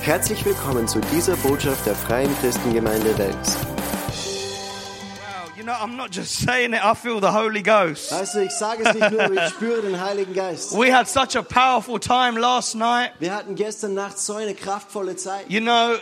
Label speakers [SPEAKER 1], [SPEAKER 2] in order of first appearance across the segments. [SPEAKER 1] Herzlich willkommen zu dieser Botschaft der Freien Christengemeinde Wels.
[SPEAKER 2] Wow, you know, I'm not just saying it, I feel the Holy Ghost.
[SPEAKER 1] Weißt du, ich sage es nicht nur, ich spüre den Heiligen Geist.
[SPEAKER 2] We had such a powerful time last night.
[SPEAKER 1] Wir hatten gestern Nacht so eine kraftvolle Zeit.
[SPEAKER 2] You know,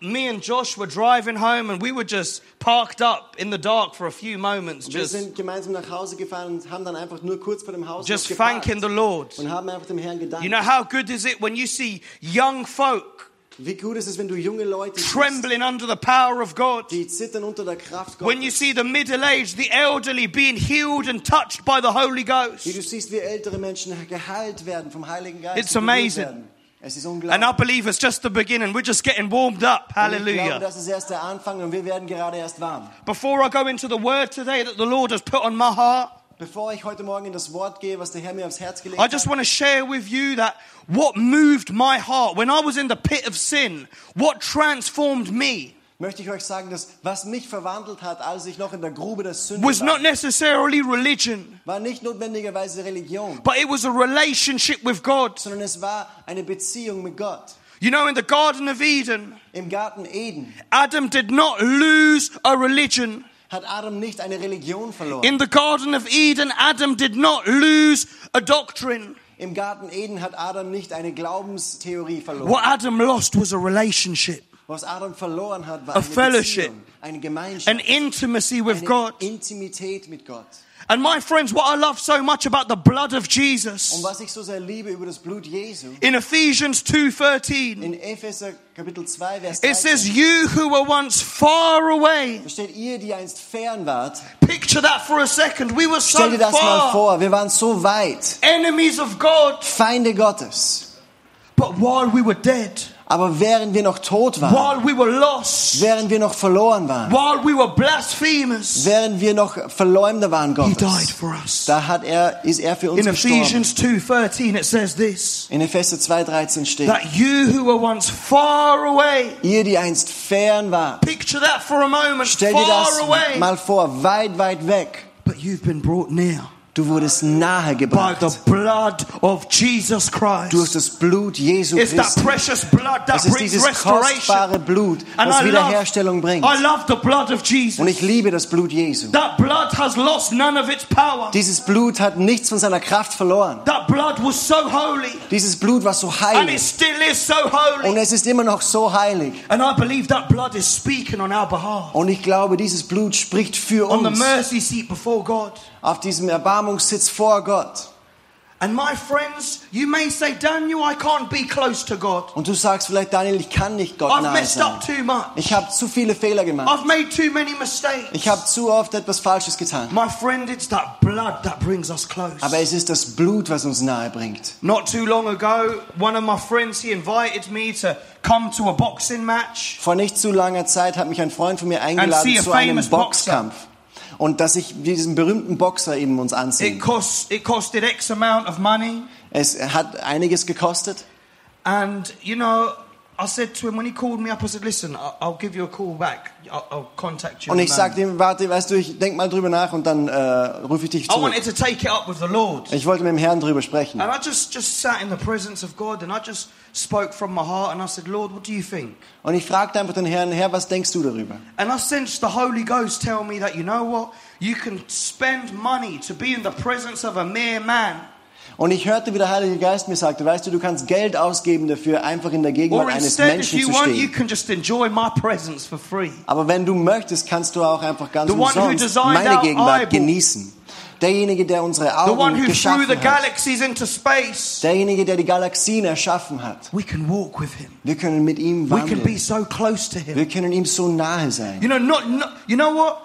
[SPEAKER 2] me and Josh were driving home and we were just parked up in the dark for a few moments,
[SPEAKER 1] Wir
[SPEAKER 2] just,
[SPEAKER 1] sind gemeinsam nach Hause gefahren und haben dann einfach nur kurz vor dem Haus
[SPEAKER 2] just
[SPEAKER 1] noch geparkt
[SPEAKER 2] thanking the Lord.
[SPEAKER 1] und haben einfach dem Herrn gedankt.
[SPEAKER 2] You know, how good is it when you see young folk
[SPEAKER 1] Wie gut ist es, wenn du junge Leute siehst,
[SPEAKER 2] trembling under the power of God?
[SPEAKER 1] die zittern unter der Kraft Gottes.
[SPEAKER 2] When you see the middle aged, the elderly being healed and touched by the Holy
[SPEAKER 1] wie
[SPEAKER 2] Ghost.
[SPEAKER 1] du siehst, wie ältere Menschen geheilt werden vom Heiligen Geist.
[SPEAKER 2] It's
[SPEAKER 1] und berührt
[SPEAKER 2] amazing.
[SPEAKER 1] werden. Es ist
[SPEAKER 2] And I
[SPEAKER 1] unglaublich.
[SPEAKER 2] believe it's just the beginning. We're just getting warmed up.
[SPEAKER 1] Und Ich glaube,
[SPEAKER 2] Hallelujah.
[SPEAKER 1] das ist erst der Anfang und wir werden gerade erst warm.
[SPEAKER 2] Before I go into the word today that the Lord has put on my heart,
[SPEAKER 1] Bevor ich heute Morgen in das Wort gehe, was der Herr mir aufs Herz gelegt
[SPEAKER 2] I just
[SPEAKER 1] hat,
[SPEAKER 2] want to share with you that what moved my heart when I was in the pit of sin, what transformed me
[SPEAKER 1] möchte ich euch sagen, dass was mich verwandelt hat, als ich noch in der Grube der Sünde
[SPEAKER 2] was
[SPEAKER 1] war,
[SPEAKER 2] not ne- necessarily religion,
[SPEAKER 1] war nicht notwendigerweise Religion,
[SPEAKER 2] but it was a relationship with God.
[SPEAKER 1] sondern es war eine Beziehung mit Gott.
[SPEAKER 2] You know, in the Garden of Eden,
[SPEAKER 1] Im Garten Eden
[SPEAKER 2] Adam did not lose a religion.
[SPEAKER 1] hat Adam nicht eine Religion verloren.
[SPEAKER 2] In the Garden of Eden, Adam did not lose a doctrine.
[SPEAKER 1] Im Garten Eden hat Adam nicht eine Glaubenstheorie verloren.
[SPEAKER 2] What Adam lost was a relationship,
[SPEAKER 1] Was Adam verloren hat, war
[SPEAKER 2] A
[SPEAKER 1] eine
[SPEAKER 2] fellowship.
[SPEAKER 1] Beziehung, eine Gemeinschaft,
[SPEAKER 2] an intimacy with
[SPEAKER 1] eine
[SPEAKER 2] God.
[SPEAKER 1] Intimität mit Gott.
[SPEAKER 2] And my friends, what I love so much about the blood of
[SPEAKER 1] Und
[SPEAKER 2] Jesus
[SPEAKER 1] was ich so sehr liebe über das Blut Jesu,
[SPEAKER 2] in Ephesians 2:13,
[SPEAKER 1] in Epheser Kapitel 2, Vers 13,
[SPEAKER 2] it says you who were once far away.
[SPEAKER 1] da steht, ihr, die einst fern wart,
[SPEAKER 2] Picture that for a second. We were
[SPEAKER 1] Stell
[SPEAKER 2] so
[SPEAKER 1] dir das mal
[SPEAKER 2] far
[SPEAKER 1] vor, wir waren so weit,
[SPEAKER 2] enemies of God,
[SPEAKER 1] Feinde Gottes.
[SPEAKER 2] but while we were dead,
[SPEAKER 1] Aber während wir noch tot waren,
[SPEAKER 2] while we were lost,
[SPEAKER 1] während wir noch verloren waren,
[SPEAKER 2] while we were blasphemers,
[SPEAKER 1] während wir noch Verleumder waren
[SPEAKER 2] he died
[SPEAKER 1] Gottes,
[SPEAKER 2] for us.
[SPEAKER 1] da hat er, ist er für uns
[SPEAKER 2] In
[SPEAKER 1] gestorben.
[SPEAKER 2] Ephesians 2:13 it says this,
[SPEAKER 1] In Epheser 2,13 steht,
[SPEAKER 2] that you who were once far away,
[SPEAKER 1] ihr, die einst fern wart,
[SPEAKER 2] picture that for a moment,
[SPEAKER 1] stell dir
[SPEAKER 2] far
[SPEAKER 1] das
[SPEAKER 2] away,
[SPEAKER 1] mal vor, weit, weit weg.
[SPEAKER 2] but you've been brought near.
[SPEAKER 1] Du wurdest nahe
[SPEAKER 2] by
[SPEAKER 1] gebracht
[SPEAKER 2] the blood of Jesus
[SPEAKER 1] durch
[SPEAKER 2] Christ.
[SPEAKER 1] das Blut Jesu
[SPEAKER 2] It's that
[SPEAKER 1] Christi.
[SPEAKER 2] precious blood that
[SPEAKER 1] Es ist
[SPEAKER 2] brings
[SPEAKER 1] dieses
[SPEAKER 2] restoration.
[SPEAKER 1] kostbare Blut,
[SPEAKER 2] And
[SPEAKER 1] das
[SPEAKER 2] I
[SPEAKER 1] Wiederherstellung
[SPEAKER 2] love,
[SPEAKER 1] bringt.
[SPEAKER 2] I love the blood of
[SPEAKER 1] Und
[SPEAKER 2] Jesus.
[SPEAKER 1] ich liebe das Blut Jesu.
[SPEAKER 2] That blood has lost none of its power.
[SPEAKER 1] Dieses Blut hat nichts von seiner Kraft verloren.
[SPEAKER 2] That blood was so holy,
[SPEAKER 1] Dieses Blut war so
[SPEAKER 2] and it
[SPEAKER 1] heilig
[SPEAKER 2] still is so
[SPEAKER 1] und
[SPEAKER 2] holy.
[SPEAKER 1] es ist immer noch so heilig.
[SPEAKER 2] And I believe that blood is speaking on our behalf.
[SPEAKER 1] Und ich glaube, dieses Blut spricht für
[SPEAKER 2] On the
[SPEAKER 1] uns
[SPEAKER 2] mercy seat before God.
[SPEAKER 1] auf diesem Erbarmungssitz vor Gott.
[SPEAKER 2] And my friends, you may say, Daniel, I can't be close to God.
[SPEAKER 1] Und du sagst vielleicht, Daniel, ich kann nicht Gott
[SPEAKER 2] I've
[SPEAKER 1] nahe
[SPEAKER 2] messed
[SPEAKER 1] sein.
[SPEAKER 2] up too much.
[SPEAKER 1] Ich habe zu viele Fehler gemacht.
[SPEAKER 2] I've made too many mistakes.
[SPEAKER 1] Ich habe zu oft etwas Falsches getan.
[SPEAKER 2] My friend, it's that blood that brings us close.
[SPEAKER 1] Aber es ist das Blut, was uns nahe bringt.
[SPEAKER 2] Not too long ago, one of my friends he invited me to come to a boxing match.
[SPEAKER 1] Vor nicht zu langer Zeit hat mich ein Freund von mir
[SPEAKER 2] see
[SPEAKER 1] eingeladen
[SPEAKER 2] a
[SPEAKER 1] zu einem
[SPEAKER 2] famous boxer.
[SPEAKER 1] Boxkampf. Und dass ich diesen berühmten Boxer eben uns
[SPEAKER 2] It
[SPEAKER 1] ansehen.
[SPEAKER 2] cost it costed X amount of money,
[SPEAKER 1] Es hat einiges gekostet.
[SPEAKER 2] and you know, I said to him when he called me up, I said, "Listen, I'll, I'll give you a call back. I'll, I'll contact you."
[SPEAKER 1] Und
[SPEAKER 2] in a
[SPEAKER 1] ich sagte
[SPEAKER 2] moment."
[SPEAKER 1] ihm, warte, weißt du, ich denk mal drüber nach und dann äh, rufe ich dich
[SPEAKER 2] I
[SPEAKER 1] zurück.
[SPEAKER 2] wanted to take it up with the Lord,
[SPEAKER 1] Ich wollte mit dem Herrn drüber sprechen.
[SPEAKER 2] and I just just sat in the presence of God, and I just spoke from my heart, and I said, "Lord, what do you think?"
[SPEAKER 1] Und ich fragte einfach den Herrn, Herr, was denkst du darüber?
[SPEAKER 2] And I sense the Holy Ghost tell me that you know what? You can spend money to be in the presence of a mere man
[SPEAKER 1] Und ich hörte, wie der Heilige Geist mir sagte, weißt du, du kannst Geld ausgeben dafür, einfach in der Gegenwart
[SPEAKER 2] Or
[SPEAKER 1] eines
[SPEAKER 2] instead, if
[SPEAKER 1] Menschen
[SPEAKER 2] you
[SPEAKER 1] zu
[SPEAKER 2] want, you
[SPEAKER 1] stehen.
[SPEAKER 2] can just enjoy my presence for free.
[SPEAKER 1] Aber wenn du möchtest, kannst du auch einfach ganz
[SPEAKER 2] The one who
[SPEAKER 1] umsonst
[SPEAKER 2] designed
[SPEAKER 1] meine
[SPEAKER 2] our
[SPEAKER 1] Gegenwart
[SPEAKER 2] eyeball.
[SPEAKER 1] genießen. Derjenige, der unsere
[SPEAKER 2] The one
[SPEAKER 1] Augen
[SPEAKER 2] who threw
[SPEAKER 1] geschaffen
[SPEAKER 2] the
[SPEAKER 1] hat.
[SPEAKER 2] galaxies into space.
[SPEAKER 1] Derjenige, der die Galaxien erschaffen hat.
[SPEAKER 2] We can walk with him.
[SPEAKER 1] Wir können mit ihm
[SPEAKER 2] We can be
[SPEAKER 1] wandeln.
[SPEAKER 2] so close to him.
[SPEAKER 1] Wir können ihm so nahe sein.
[SPEAKER 2] You know, not, not you know what?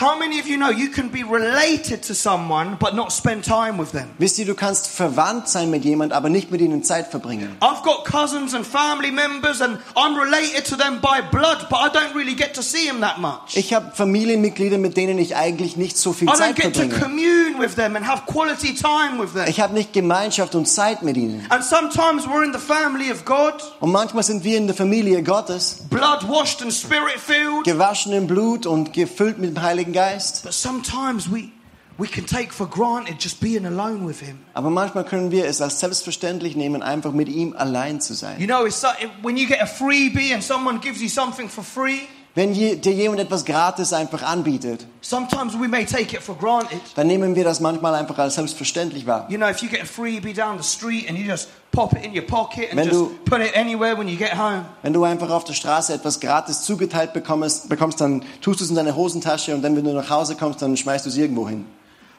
[SPEAKER 2] How many of you know you can be related to someone but not spend time with them?
[SPEAKER 1] Wisst ihr, du kannst verwandt sein mit jemand, aber nicht mit ihnen Zeit verbringen.
[SPEAKER 2] I've got cousins and family members, and I'm related to them by blood, but I don't really get to see them that much.
[SPEAKER 1] Ich habe Familienmitglieder, mit denen ich eigentlich nicht so viel
[SPEAKER 2] I don't
[SPEAKER 1] Zeit
[SPEAKER 2] get to
[SPEAKER 1] verbringe.
[SPEAKER 2] commune with them and have quality time with them.
[SPEAKER 1] Ich habe nicht Gemeinschaft und Zeit mit ihnen.
[SPEAKER 2] And sometimes we're in the family of God.
[SPEAKER 1] Und manchmal sind wir in der Familie Gottes,
[SPEAKER 2] blood washed and spirit filled.
[SPEAKER 1] gewaschen im Blut und gefüllt mit dem Heiligen Geist.
[SPEAKER 2] But sometimes we, we can take for granted just being alone with Him.
[SPEAKER 1] Aber manchmal können wir es als selbstverständlich nehmen, einfach mit ihm allein zu sein.
[SPEAKER 2] You know, it's so, it- when you get a freebie and someone gives you something for free,
[SPEAKER 1] Wenn je, dir jemand etwas gratis einfach anbietet,
[SPEAKER 2] sometimes we may take it for granted.
[SPEAKER 1] dann nehmen wir das manchmal einfach als selbstverständlich wahr.
[SPEAKER 2] You know, if you get a freebie down the street and you just pop it in your pocket and
[SPEAKER 1] Wenn
[SPEAKER 2] just
[SPEAKER 1] du-
[SPEAKER 2] put it anywhere when you get home,
[SPEAKER 1] Wenn du einfach auf der Straße etwas gratis zugeteilt bekommst, bekommst dann tust du es in deine Hosentasche und dann, wenn du nach Hause kommst, dann schmeißt du es irgendwo hin.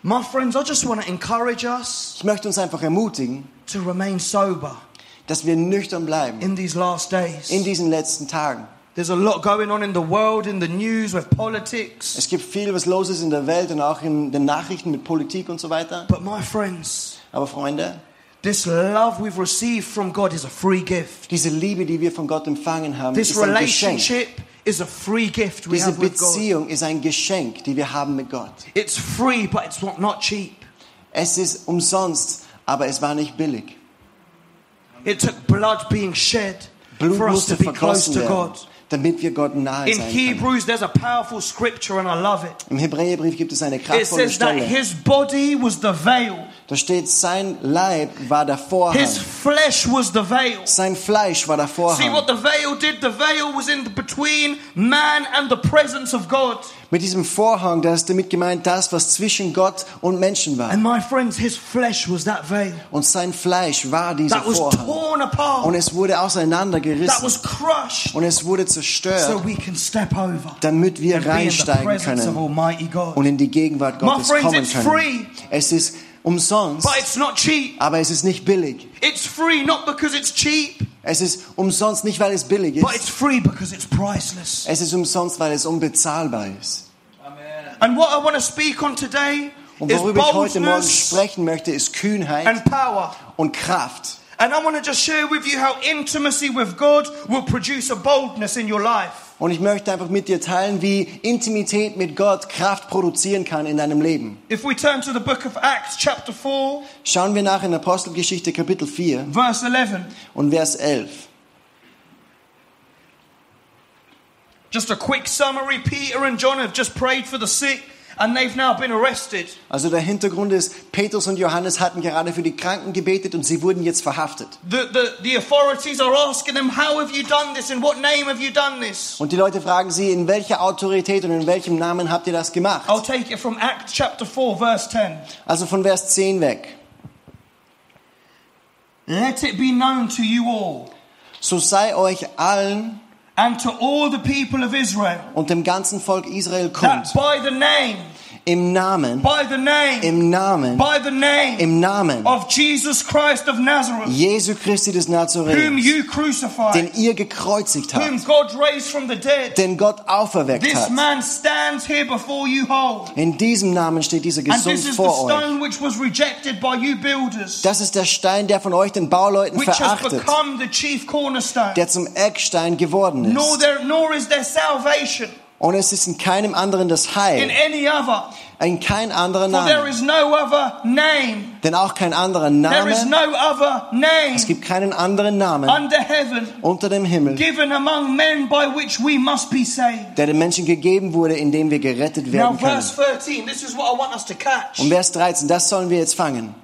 [SPEAKER 2] my friends, I just want to encourage us
[SPEAKER 1] Ich möchte uns einfach ermutigen,
[SPEAKER 2] to remain sober
[SPEAKER 1] dass wir nüchtern bleiben
[SPEAKER 2] in these last days.
[SPEAKER 1] in diesen letzten Tagen.
[SPEAKER 2] There's a lot going on in the world, in the news, with politics.
[SPEAKER 1] Es gibt viel, was los ist in der Welt und auch in den Nachrichten mit Politik und so weiter.
[SPEAKER 2] But my friends,
[SPEAKER 1] Aber Freunde,
[SPEAKER 2] this love we've received from God is a free gift.
[SPEAKER 1] diese Liebe, die wir von Gott empfangen haben,
[SPEAKER 2] This
[SPEAKER 1] ist ein Geschenk.
[SPEAKER 2] relationship is a free gift we
[SPEAKER 1] Diese
[SPEAKER 2] have with God.
[SPEAKER 1] Beziehung ist ein Geschenk, die wir haben mit Gott.
[SPEAKER 2] It's free, but it's not, not cheap.
[SPEAKER 1] Es ist umsonst, aber es war nicht billig.
[SPEAKER 2] It took blood being shed
[SPEAKER 1] Blut
[SPEAKER 2] for us to
[SPEAKER 1] musste
[SPEAKER 2] be close
[SPEAKER 1] vergossen
[SPEAKER 2] to
[SPEAKER 1] werden,
[SPEAKER 2] God.
[SPEAKER 1] damit wir Gott nahe
[SPEAKER 2] In
[SPEAKER 1] sein können.
[SPEAKER 2] Hebrews, there's a powerful scripture, and I love it.
[SPEAKER 1] Im Hebräerbrief gibt es eine
[SPEAKER 2] It
[SPEAKER 1] kraftvolle
[SPEAKER 2] says that
[SPEAKER 1] Stelle.
[SPEAKER 2] his body was the veil,
[SPEAKER 1] Da steht, sein Leib war der Vorhang.
[SPEAKER 2] his flesh was the veil.
[SPEAKER 1] Sein Fleisch war der
[SPEAKER 2] See
[SPEAKER 1] Vorhang.
[SPEAKER 2] what the veil did? The veil was in between man and the presence of God.
[SPEAKER 1] Mit diesem Vorhang, da ist damit gemeint, das, was zwischen Gott und Menschen war.
[SPEAKER 2] And my friends, his flesh was that veil
[SPEAKER 1] Und sein Fleisch war dieser
[SPEAKER 2] that was
[SPEAKER 1] Vorhang. Und
[SPEAKER 2] torn apart,
[SPEAKER 1] es wurde
[SPEAKER 2] that
[SPEAKER 1] auseinandergerissen.
[SPEAKER 2] was crushed,
[SPEAKER 1] Und es wurde
[SPEAKER 2] so
[SPEAKER 1] zerstört,
[SPEAKER 2] we can step over
[SPEAKER 1] damit wir
[SPEAKER 2] and be in the
[SPEAKER 1] reinsteigen
[SPEAKER 2] presence of
[SPEAKER 1] können
[SPEAKER 2] Almighty God.
[SPEAKER 1] und in die Gegenwart Gottes
[SPEAKER 2] friends,
[SPEAKER 1] kommen
[SPEAKER 2] it's free.
[SPEAKER 1] können. Es ist umsonst,
[SPEAKER 2] But it's not cheap.
[SPEAKER 1] aber es ist nicht billig.
[SPEAKER 2] It's free not because it's cheap,
[SPEAKER 1] Es ist umsonst nicht, weil es billig
[SPEAKER 2] but it's
[SPEAKER 1] ist.
[SPEAKER 2] free because it's priceless.
[SPEAKER 1] Es ist umsonst, weil es unbezahlbar ist.
[SPEAKER 2] And what I want to speak on today
[SPEAKER 1] Und
[SPEAKER 2] is
[SPEAKER 1] worüber ich heute Morgen
[SPEAKER 2] boldness
[SPEAKER 1] sprechen möchte, ist Kühnheit
[SPEAKER 2] and power.
[SPEAKER 1] und Kraft.
[SPEAKER 2] And I want to just share with you how intimacy with God will produce a boldness in your life.
[SPEAKER 1] Und ich möchte einfach mit dir teilen, wie Intimität mit Gott Kraft produzieren kann in deinem Leben.
[SPEAKER 2] If we turn to the book of Acts, chapter 4,
[SPEAKER 1] Schauen wir nach in Apostelgeschichte Kapitel 4
[SPEAKER 2] verse 11.
[SPEAKER 1] und Vers 11.
[SPEAKER 2] Just a quick summary Peter and John have just prayed for the sick, and they've now been arrested.
[SPEAKER 1] Also der Hintergrund ist, Petrus und Johannes hatten gerade für die Kranken gebetet und sie wurden jetzt verhaftet.
[SPEAKER 2] The, the, the authorities are asking them, How have you done this? In what name have you done this?
[SPEAKER 1] Und die Leute fragen sie, in welcher Autorität und in welchem Namen habt ihr das gemacht?
[SPEAKER 2] I'll take it from Acts chapter 4, verse 10.
[SPEAKER 1] Also von Vers 10 weg.
[SPEAKER 2] Let it be known to you all
[SPEAKER 1] So sei euch allen
[SPEAKER 2] and to all the people of Israel
[SPEAKER 1] und dem ganzen Volk Israel
[SPEAKER 2] that
[SPEAKER 1] kund,
[SPEAKER 2] by the name,
[SPEAKER 1] im Namen,
[SPEAKER 2] by the name,
[SPEAKER 1] im Namen,
[SPEAKER 2] by the name
[SPEAKER 1] im Namen
[SPEAKER 2] of Jesus Christ of Nazareth,
[SPEAKER 1] Jesu Christi des
[SPEAKER 2] whom
[SPEAKER 1] Nazareth,
[SPEAKER 2] you crucified,
[SPEAKER 1] den ihr gekreuzigt
[SPEAKER 2] whom
[SPEAKER 1] habt,
[SPEAKER 2] God raised from the dead,
[SPEAKER 1] den Gott auferweckt
[SPEAKER 2] this
[SPEAKER 1] hat.
[SPEAKER 2] man stands here before you whole.
[SPEAKER 1] In diesem Namen steht dieser
[SPEAKER 2] And
[SPEAKER 1] gesund
[SPEAKER 2] this is the
[SPEAKER 1] vor euch.
[SPEAKER 2] stone which was rejected by you builders,
[SPEAKER 1] Das ist der Stein, der von euch den Bauleuten
[SPEAKER 2] which has
[SPEAKER 1] verachtet,
[SPEAKER 2] become the chief cornerstone.
[SPEAKER 1] der zum Eckstein geworden
[SPEAKER 2] Nor,
[SPEAKER 1] ist.
[SPEAKER 2] there, nor is there salvation
[SPEAKER 1] Und es ist in keinem anderen das
[SPEAKER 2] in
[SPEAKER 1] Heil,
[SPEAKER 2] any other,
[SPEAKER 1] in kein anderer
[SPEAKER 2] for there
[SPEAKER 1] Name,
[SPEAKER 2] is no other name.
[SPEAKER 1] denn auch kein anderer
[SPEAKER 2] There is
[SPEAKER 1] Name,
[SPEAKER 2] no other name
[SPEAKER 1] es gibt keinen anderen Namen
[SPEAKER 2] under heaven
[SPEAKER 1] unter dem Himmel,
[SPEAKER 2] given among men by which we must be saved.
[SPEAKER 1] der den Menschen gegeben wurde, in dem wir gerettet
[SPEAKER 2] Now,
[SPEAKER 1] werden
[SPEAKER 2] verse
[SPEAKER 1] können.
[SPEAKER 2] 13, this is what I want us to catch.
[SPEAKER 1] Und Vers 13, das sollen wir jetzt fangen.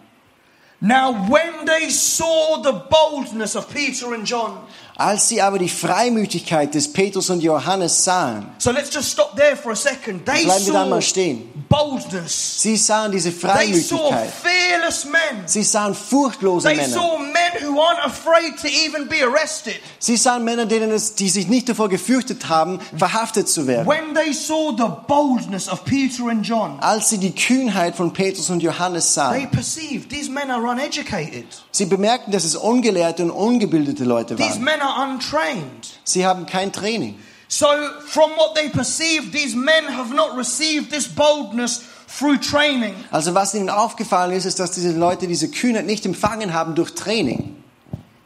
[SPEAKER 2] Now, when they saw the boldness of Peter and John,
[SPEAKER 1] Als sie aber die Freimütigkeit des Petrus und Johannes sahen,
[SPEAKER 2] so let's just stop there for a second. They
[SPEAKER 1] bleiben wir da
[SPEAKER 2] saw
[SPEAKER 1] mal stehen.
[SPEAKER 2] boldness.
[SPEAKER 1] Sie sahen diese
[SPEAKER 2] They saw
[SPEAKER 1] Freimütigkeit.
[SPEAKER 2] fearless men.
[SPEAKER 1] Sie sahen furchtlose
[SPEAKER 2] They
[SPEAKER 1] Männer.
[SPEAKER 2] saw men who aren't afraid to even be arrested.
[SPEAKER 1] Sie sahen Männer, denen es, die sich nicht davor gefürchtet haben, verhaftet zu werden.
[SPEAKER 2] When they saw the boldness of Peter and John,
[SPEAKER 1] Als sie die Kühnheit von Petrus und Johannes
[SPEAKER 2] they
[SPEAKER 1] sahen,
[SPEAKER 2] perceived these men are uneducated.
[SPEAKER 1] sie bemerkten, dass es ungelehrte und ungebildete Leute
[SPEAKER 2] These
[SPEAKER 1] waren.
[SPEAKER 2] men are untrained.
[SPEAKER 1] Sie haben kein Training.
[SPEAKER 2] So, from what they perceived, these men have not received this boldness through training.
[SPEAKER 1] Also was ihnen aufgefallen ist, ist, dass diese Leute diese Kühnheit nicht empfangen haben durch Training.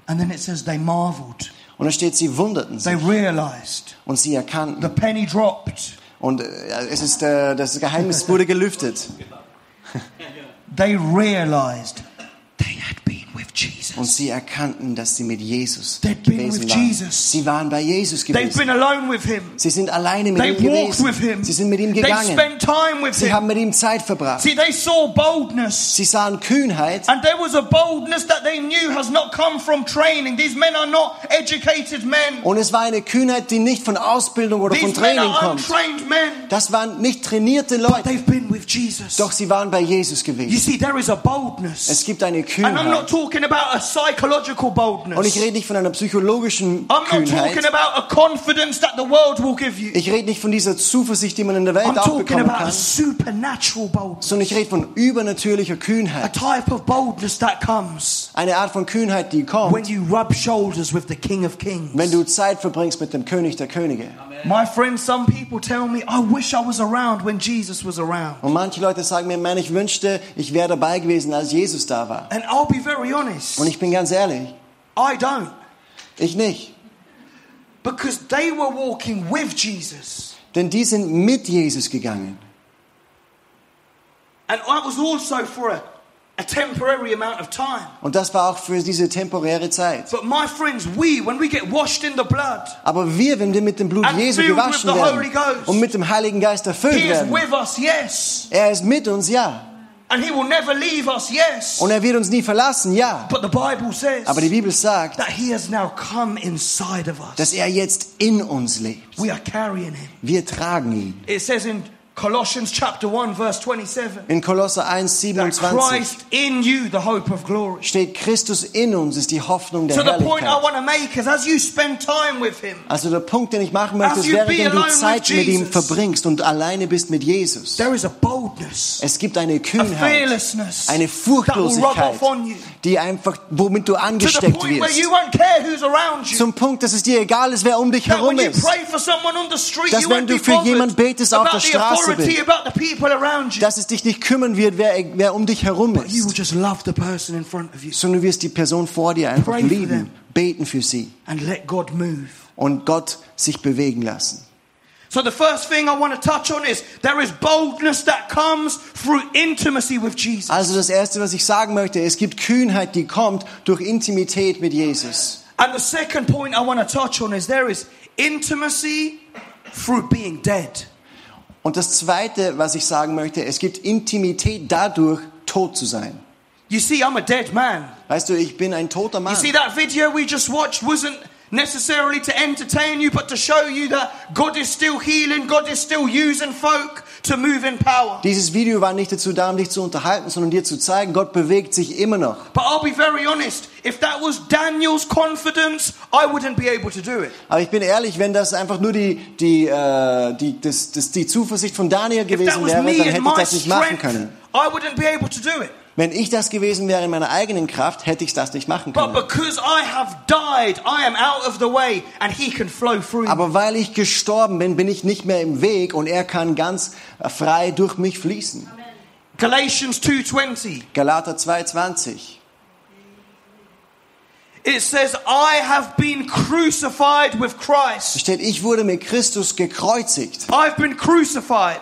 [SPEAKER 2] And then it says they marveled.
[SPEAKER 1] Und da steht, sie wunderten
[SPEAKER 2] They
[SPEAKER 1] sich
[SPEAKER 2] realized
[SPEAKER 1] und sie erkannten.
[SPEAKER 2] the penny dropped.
[SPEAKER 1] Und äh, es ist, äh, das Geheimnis wurde gelüftet.
[SPEAKER 2] They realized they had been with Jesus.
[SPEAKER 1] Und
[SPEAKER 2] Jesus.
[SPEAKER 1] sie erkannten, dass sie mit Jesus
[SPEAKER 2] They'd been
[SPEAKER 1] gewesen
[SPEAKER 2] with
[SPEAKER 1] waren.
[SPEAKER 2] Jesus.
[SPEAKER 1] Sie waren bei Jesus
[SPEAKER 2] They've
[SPEAKER 1] gewesen.
[SPEAKER 2] been alone with him.
[SPEAKER 1] Sie sind alleine mit
[SPEAKER 2] They
[SPEAKER 1] ihm
[SPEAKER 2] walked
[SPEAKER 1] gewesen.
[SPEAKER 2] with him.
[SPEAKER 1] Sie sind mit ihm
[SPEAKER 2] They
[SPEAKER 1] gegangen.
[SPEAKER 2] spent time with
[SPEAKER 1] Sie
[SPEAKER 2] him.
[SPEAKER 1] haben mit ihm Zeit verbracht.
[SPEAKER 2] See, they saw boldness.
[SPEAKER 1] Sie sahen Kühnheit.
[SPEAKER 2] And there was a boldness that they knew has not come from training. These men are not educated men.
[SPEAKER 1] Und es war eine Kühnheit, die nicht von Ausbildung oder von
[SPEAKER 2] These men
[SPEAKER 1] Training
[SPEAKER 2] are
[SPEAKER 1] kommt.
[SPEAKER 2] untrained men.
[SPEAKER 1] Das waren nicht trainierte Leute,
[SPEAKER 2] They've been with Jesus.
[SPEAKER 1] doch sie waren bei Jesus
[SPEAKER 2] You
[SPEAKER 1] gewesen.
[SPEAKER 2] see, there is a boldness.
[SPEAKER 1] Es gibt eine
[SPEAKER 2] And I'm not
[SPEAKER 1] Kühnheit.
[SPEAKER 2] talking about a psychological
[SPEAKER 1] Und ich
[SPEAKER 2] boldness.
[SPEAKER 1] rede nicht von einer psychologischen
[SPEAKER 2] I'm not talking
[SPEAKER 1] Kühnheit.
[SPEAKER 2] about a confidence that the world will give you.
[SPEAKER 1] Ich rede nicht von dieser Zuversicht, die man in der Welt
[SPEAKER 2] I'm
[SPEAKER 1] auch
[SPEAKER 2] talking
[SPEAKER 1] bekommen
[SPEAKER 2] about a
[SPEAKER 1] kann,
[SPEAKER 2] supernatural boldness.
[SPEAKER 1] sondern ich rede von übernatürlicher
[SPEAKER 2] A
[SPEAKER 1] Kühnheit.
[SPEAKER 2] type of boldness that comes
[SPEAKER 1] Eine Art von Kühnheit, die kommt,
[SPEAKER 2] when you rub shoulders with the King of Kings.
[SPEAKER 1] wenn du Zeit verbringst mit dem König der Könige.
[SPEAKER 2] My friend, some people tell me, I wish I was around when Jesus was around.
[SPEAKER 1] Und manche Leute sagen mir, Mann, ich wünschte, ich wäre dabei gewesen, als Jesus da war.
[SPEAKER 2] And I'll be very honest,
[SPEAKER 1] Und ich bin ganz ehrlich,
[SPEAKER 2] I don't.
[SPEAKER 1] ich nicht.
[SPEAKER 2] Because they were walking with Jesus.
[SPEAKER 1] Denn die sind mit Jesus gegangen.
[SPEAKER 2] And I was also for a, a temporary amount of time.
[SPEAKER 1] Und das war auch für diese temporäre Zeit.
[SPEAKER 2] But my friends, we, when we get washed in the blood,
[SPEAKER 1] Aber wir, wenn wir mit dem Blut
[SPEAKER 2] And
[SPEAKER 1] Jesu
[SPEAKER 2] filled with
[SPEAKER 1] gewaschen
[SPEAKER 2] the Holy
[SPEAKER 1] werden
[SPEAKER 2] Ghost.
[SPEAKER 1] und mit dem Heiligen Geist erfüllt
[SPEAKER 2] He is
[SPEAKER 1] werden,
[SPEAKER 2] with us, yes.
[SPEAKER 1] er ist mit uns, ja.
[SPEAKER 2] And He will never leave us, yes.
[SPEAKER 1] Und er wird uns nie verlassen, ja.
[SPEAKER 2] But the Bible says
[SPEAKER 1] Aber die Bibel sagt,
[SPEAKER 2] that He has now come inside of us.
[SPEAKER 1] dass er jetzt in uns lebt.
[SPEAKER 2] We are carrying Him.
[SPEAKER 1] Wir tragen ihn.
[SPEAKER 2] It says in Colossians chapter 1, verse 27,
[SPEAKER 1] In Kolosser 1,
[SPEAKER 2] that
[SPEAKER 1] 27
[SPEAKER 2] Christ in you, the hope of glory.
[SPEAKER 1] steht, Christus in uns ist die Hoffnung der
[SPEAKER 2] So the point I
[SPEAKER 1] Herrlichkeit.
[SPEAKER 2] want to make is as you spend time with Him,
[SPEAKER 1] Also der Punkt, den ich machen möchte,
[SPEAKER 2] As
[SPEAKER 1] ist,
[SPEAKER 2] you
[SPEAKER 1] während
[SPEAKER 2] be
[SPEAKER 1] du
[SPEAKER 2] alone with
[SPEAKER 1] Zeit mit ihm
[SPEAKER 2] Jesus.
[SPEAKER 1] verbringst und alleine bist mit Jesus,
[SPEAKER 2] there is a boldness,
[SPEAKER 1] es gibt eine
[SPEAKER 2] a
[SPEAKER 1] Kühnheit,
[SPEAKER 2] fearlessness
[SPEAKER 1] eine
[SPEAKER 2] that will rub
[SPEAKER 1] Furchtlosigkeit,
[SPEAKER 2] off on you.
[SPEAKER 1] die einfach, womit du
[SPEAKER 2] To the
[SPEAKER 1] angesteckt
[SPEAKER 2] point where
[SPEAKER 1] wirst.
[SPEAKER 2] you won't care who's around you.
[SPEAKER 1] Zum Punkt, dass es dir egal ist, wer um dich
[SPEAKER 2] That
[SPEAKER 1] herum
[SPEAKER 2] when you
[SPEAKER 1] ist.
[SPEAKER 2] pray for someone on the street,
[SPEAKER 1] Dass
[SPEAKER 2] you
[SPEAKER 1] wenn
[SPEAKER 2] won't
[SPEAKER 1] du
[SPEAKER 2] be
[SPEAKER 1] für
[SPEAKER 2] bothered
[SPEAKER 1] jemand betest auf
[SPEAKER 2] about
[SPEAKER 1] der
[SPEAKER 2] the
[SPEAKER 1] Straße
[SPEAKER 2] authority,
[SPEAKER 1] bist.
[SPEAKER 2] about the people around you.
[SPEAKER 1] Dass es dich nicht kümmern wird, wer, wer um dich herum
[SPEAKER 2] You will
[SPEAKER 1] ist.
[SPEAKER 2] just love the person in front of you
[SPEAKER 1] Sondern du wirst die Person vor dir einfach
[SPEAKER 2] Pray for
[SPEAKER 1] lieben,
[SPEAKER 2] them.
[SPEAKER 1] beten für sie
[SPEAKER 2] and let God move.
[SPEAKER 1] und Gott sich bewegen lassen.
[SPEAKER 2] So the first thing I want to touch on is there is boldness that comes through intimacy with Jesus.
[SPEAKER 1] Also das Erste, was ich sagen möchte, es gibt Kühnheit, die kommt durch Intimität mit Jesus.
[SPEAKER 2] And the second point I want to touch on is there is intimacy through being dead.
[SPEAKER 1] Und das Zweite, was ich sagen möchte, es gibt Intimität dadurch, tot zu sein.
[SPEAKER 2] You see, I'm a dead man.
[SPEAKER 1] Weißt du, ich bin ein toter
[SPEAKER 2] You
[SPEAKER 1] Mann.
[SPEAKER 2] see, that video we just watched wasn't necessarily to entertain you, but to show you that God is still healing, God is still using folk to move in power.
[SPEAKER 1] Dieses Video war nicht dazu da, um dich zu unterhalten, sondern dir zu zeigen, Gott bewegt sich immer noch.
[SPEAKER 2] But I'll be very honest, if that was Daniel's confidence, I wouldn't be able to do it.
[SPEAKER 1] Aber ich bin ehrlich, wenn das einfach nur die, die, äh, die, das, das, die Zuversicht von Daniel
[SPEAKER 2] If that
[SPEAKER 1] gewesen
[SPEAKER 2] was
[SPEAKER 1] wäre, dann
[SPEAKER 2] me
[SPEAKER 1] hätte
[SPEAKER 2] and
[SPEAKER 1] ich
[SPEAKER 2] my
[SPEAKER 1] das nicht machen
[SPEAKER 2] strength,
[SPEAKER 1] können.
[SPEAKER 2] I wouldn't be able to do it.
[SPEAKER 1] Wenn ich das gewesen wäre in meiner eigenen Kraft, hätte ich das nicht machen
[SPEAKER 2] But
[SPEAKER 1] können.
[SPEAKER 2] because I have died, I am out of the way and he can flow through. me.
[SPEAKER 1] Aber weil ich gestorben bin, bin ich nicht mehr im Weg und er kann ganz äh, frei durch mich fließen.
[SPEAKER 2] Galatians 2:20.
[SPEAKER 1] Galater 2,20.
[SPEAKER 2] It says, "I have been crucified with
[SPEAKER 1] Da
[SPEAKER 2] Christ.
[SPEAKER 1] steht, ich wurde mit Christus gekreuzigt.
[SPEAKER 2] I've been crucified.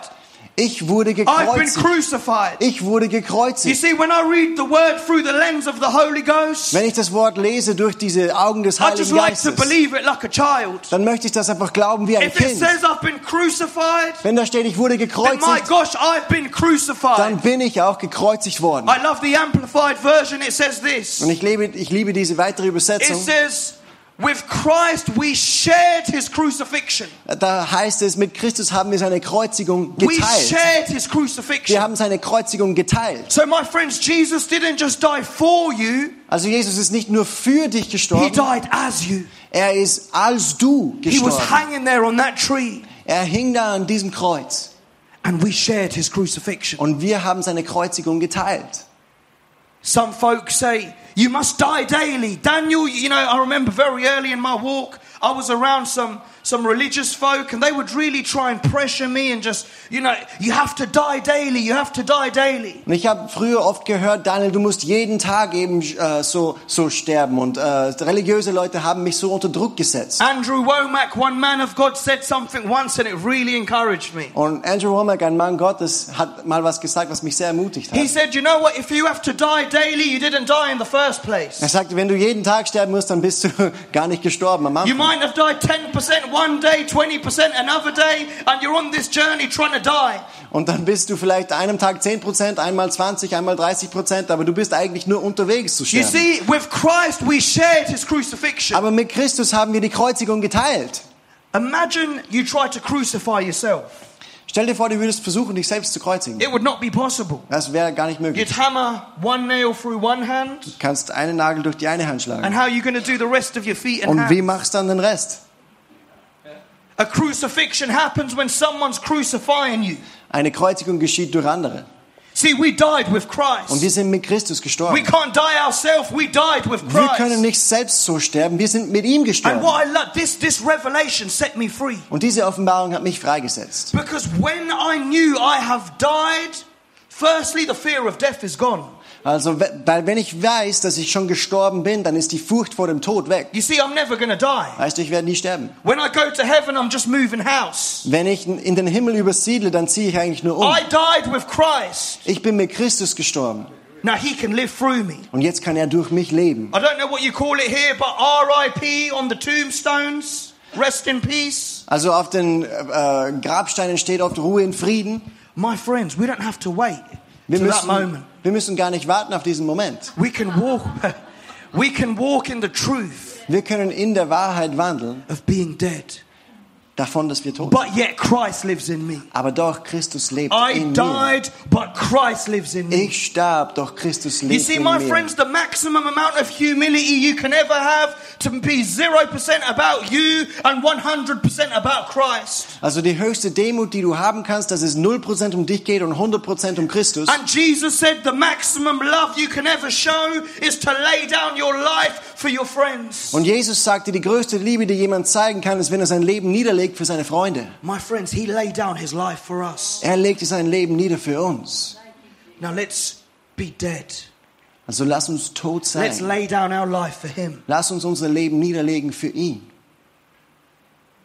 [SPEAKER 1] Ich wurde
[SPEAKER 2] I've been
[SPEAKER 1] gekreuzigt.
[SPEAKER 2] crucified."
[SPEAKER 1] Ich wurde
[SPEAKER 2] You
[SPEAKER 1] gekreuzigt.
[SPEAKER 2] see, when I read the word through the lens of the Holy Ghost,
[SPEAKER 1] Wenn ich das Wort lese durch diese Augen des
[SPEAKER 2] I just
[SPEAKER 1] Heiligen
[SPEAKER 2] like to
[SPEAKER 1] Geistes,
[SPEAKER 2] believe it like a child.
[SPEAKER 1] dann möchte ich das einfach glauben wie ein
[SPEAKER 2] If it
[SPEAKER 1] Kind.
[SPEAKER 2] says I've been crucified,
[SPEAKER 1] Wenn da steht, ich wurde
[SPEAKER 2] then my
[SPEAKER 1] gekreuzigt,
[SPEAKER 2] gosh, I've been
[SPEAKER 1] dann
[SPEAKER 2] crucified.
[SPEAKER 1] bin ich auch gekreuzigt worden.
[SPEAKER 2] I love the amplified version. It says this.
[SPEAKER 1] Und ich liebe, ich liebe diese weitere
[SPEAKER 2] It
[SPEAKER 1] Übersetzung.
[SPEAKER 2] says, with Christ we shared his crucifixion.
[SPEAKER 1] Da heißt es, mit Christus haben wir seine Kreuzigung
[SPEAKER 2] We
[SPEAKER 1] geteilt.
[SPEAKER 2] shared his
[SPEAKER 1] Wir
[SPEAKER 2] crucifixion.
[SPEAKER 1] haben seine Kreuzigung geteilt.
[SPEAKER 2] So, my friends, Jesus didn't just die for you,
[SPEAKER 1] Also Jesus ist nicht nur für dich
[SPEAKER 2] he
[SPEAKER 1] gestorben,
[SPEAKER 2] died as you.
[SPEAKER 1] er ist als du
[SPEAKER 2] He was
[SPEAKER 1] gestorben.
[SPEAKER 2] hanging there on that tree,
[SPEAKER 1] Er hing da an diesem Kreuz
[SPEAKER 2] and we shared his crucifixion.
[SPEAKER 1] und wir haben seine Kreuzigung geteilt.
[SPEAKER 2] Some folks say, you must die daily. Daniel, you know, I remember very early in my walk, I was around some some religious folk, and they would really try and pressure me and just, you know, you have to die daily, you have to die daily.
[SPEAKER 1] Und ich habe früher oft gehört, Daniel, du musst jeden Tag eben äh, so, so sterben. Und äh, religiöse Leute haben mich so unter Druck gesetzt.
[SPEAKER 2] Andrew Womack, one man of God, said something once and it really encouraged me.
[SPEAKER 1] Und Andrew Womack, ein Mann Gottes, hat mal was gesagt, was mich sehr ermutigt
[SPEAKER 2] He
[SPEAKER 1] hat.
[SPEAKER 2] said, You know what? If you have to die daily, you didn't die in the first place.
[SPEAKER 1] Er sagte, wenn du jeden Tag sterben musst, dann bist du gar nicht gestorben am
[SPEAKER 2] You
[SPEAKER 1] Anfang.
[SPEAKER 2] might have died 10% one day, 20% another day, and you're on this journey trying to die.
[SPEAKER 1] Und dann bist du vielleicht einem Tag 10%, einmal 20, einmal 30%, aber du bist eigentlich nur unterwegs zu
[SPEAKER 2] You
[SPEAKER 1] sterben.
[SPEAKER 2] see, with Christ, we shared his crucifixion.
[SPEAKER 1] Aber mit Christus haben wir die Kreuzigung geteilt.
[SPEAKER 2] Imagine you try to crucify yourself,
[SPEAKER 1] Stell dir vor, du würdest versuchen, dich selbst zu kreuzigen.
[SPEAKER 2] it would not be possible.
[SPEAKER 1] Das wäre gar nicht möglich.
[SPEAKER 2] You'd hammer one nail through one hand,
[SPEAKER 1] Du kannst einen Nagel durch die eine Hand
[SPEAKER 2] and
[SPEAKER 1] schlagen.
[SPEAKER 2] how are you going to do the rest of your feet and
[SPEAKER 1] Und wie
[SPEAKER 2] hands?
[SPEAKER 1] machst du dann den Rest?
[SPEAKER 2] A crucifixion happens when someone's crucifying you.
[SPEAKER 1] Eine Kreuzigung geschieht durch andere.
[SPEAKER 2] See, we died with
[SPEAKER 1] Und
[SPEAKER 2] Christ.
[SPEAKER 1] wir sind mit Christus
[SPEAKER 2] We
[SPEAKER 1] gestorben.
[SPEAKER 2] can't die ourselves. We died with
[SPEAKER 1] Wir können
[SPEAKER 2] Christ.
[SPEAKER 1] nicht selbst so sterben, wir sind mit ihm
[SPEAKER 2] And
[SPEAKER 1] gestorben.
[SPEAKER 2] what I love, this, this revelation set me free.
[SPEAKER 1] Und diese Offenbarung hat mich freigesetzt.
[SPEAKER 2] Because when I knew I have died, firstly, the fear of death is gone.
[SPEAKER 1] Also, we- weil wenn ich weiß, dass ich schon gestorben bin, dann ist die Furcht vor dem Tod weg.
[SPEAKER 2] You see, I'm never going to die.
[SPEAKER 1] Weißt du, ich werde nie sterben.
[SPEAKER 2] When I go to heaven, I'm just moving house.
[SPEAKER 1] Wenn ich in den Himmel übersiedle, dann ziehe ich eigentlich nur um.
[SPEAKER 2] I died with Christ.
[SPEAKER 1] Ich bin mit Christus gestorben.
[SPEAKER 2] Now he can live through me.
[SPEAKER 1] Und jetzt kann er durch mich leben.
[SPEAKER 2] I don't know what you call it here, but RIP on the tombstones. Rest in peace.
[SPEAKER 1] Also auf den äh, äh, Grabsteinen steht oft Ruhe in Frieden.
[SPEAKER 2] My friends, we don't have to wait
[SPEAKER 1] Wir
[SPEAKER 2] to that
[SPEAKER 1] müssen,
[SPEAKER 2] moment.
[SPEAKER 1] wir müssen gar nicht warten auf diesen Moment.
[SPEAKER 2] We can walk we can walk in the truth
[SPEAKER 1] Wir können in der Wahrheit wandeln,
[SPEAKER 2] of being dead.
[SPEAKER 1] davon, dass wir tot sind.
[SPEAKER 2] But yet Christ lives in me.
[SPEAKER 1] Aber doch, Christus lebt
[SPEAKER 2] I
[SPEAKER 1] in mir.
[SPEAKER 2] died, but Christ lives in me.
[SPEAKER 1] Ich starb, doch Christus
[SPEAKER 2] You
[SPEAKER 1] lebt
[SPEAKER 2] see,
[SPEAKER 1] in
[SPEAKER 2] my
[SPEAKER 1] mir.
[SPEAKER 2] friends, the maximum amount of humility you can ever have to be 0% about you and 100% about Christ.
[SPEAKER 1] Also die höchste Demut, die du haben kannst, dass es 0% um dich geht und 100% um Christus.
[SPEAKER 2] And Jesus said the maximum love you can ever show is to lay down your life for your friends.
[SPEAKER 1] Und Jesus sagte, die größte Liebe, die jemand zeigen kann, ist, wenn er sein Leben niederlegt für seine Freunde.
[SPEAKER 2] My friends, He laid down His life for us.
[SPEAKER 1] Er legte sein Leben nieder für uns.
[SPEAKER 2] Now let's be dead.
[SPEAKER 1] Also lass uns tot
[SPEAKER 2] Let's
[SPEAKER 1] sein.
[SPEAKER 2] lay down our life for Him.
[SPEAKER 1] Lass uns unser Leben niederlegen für ihn.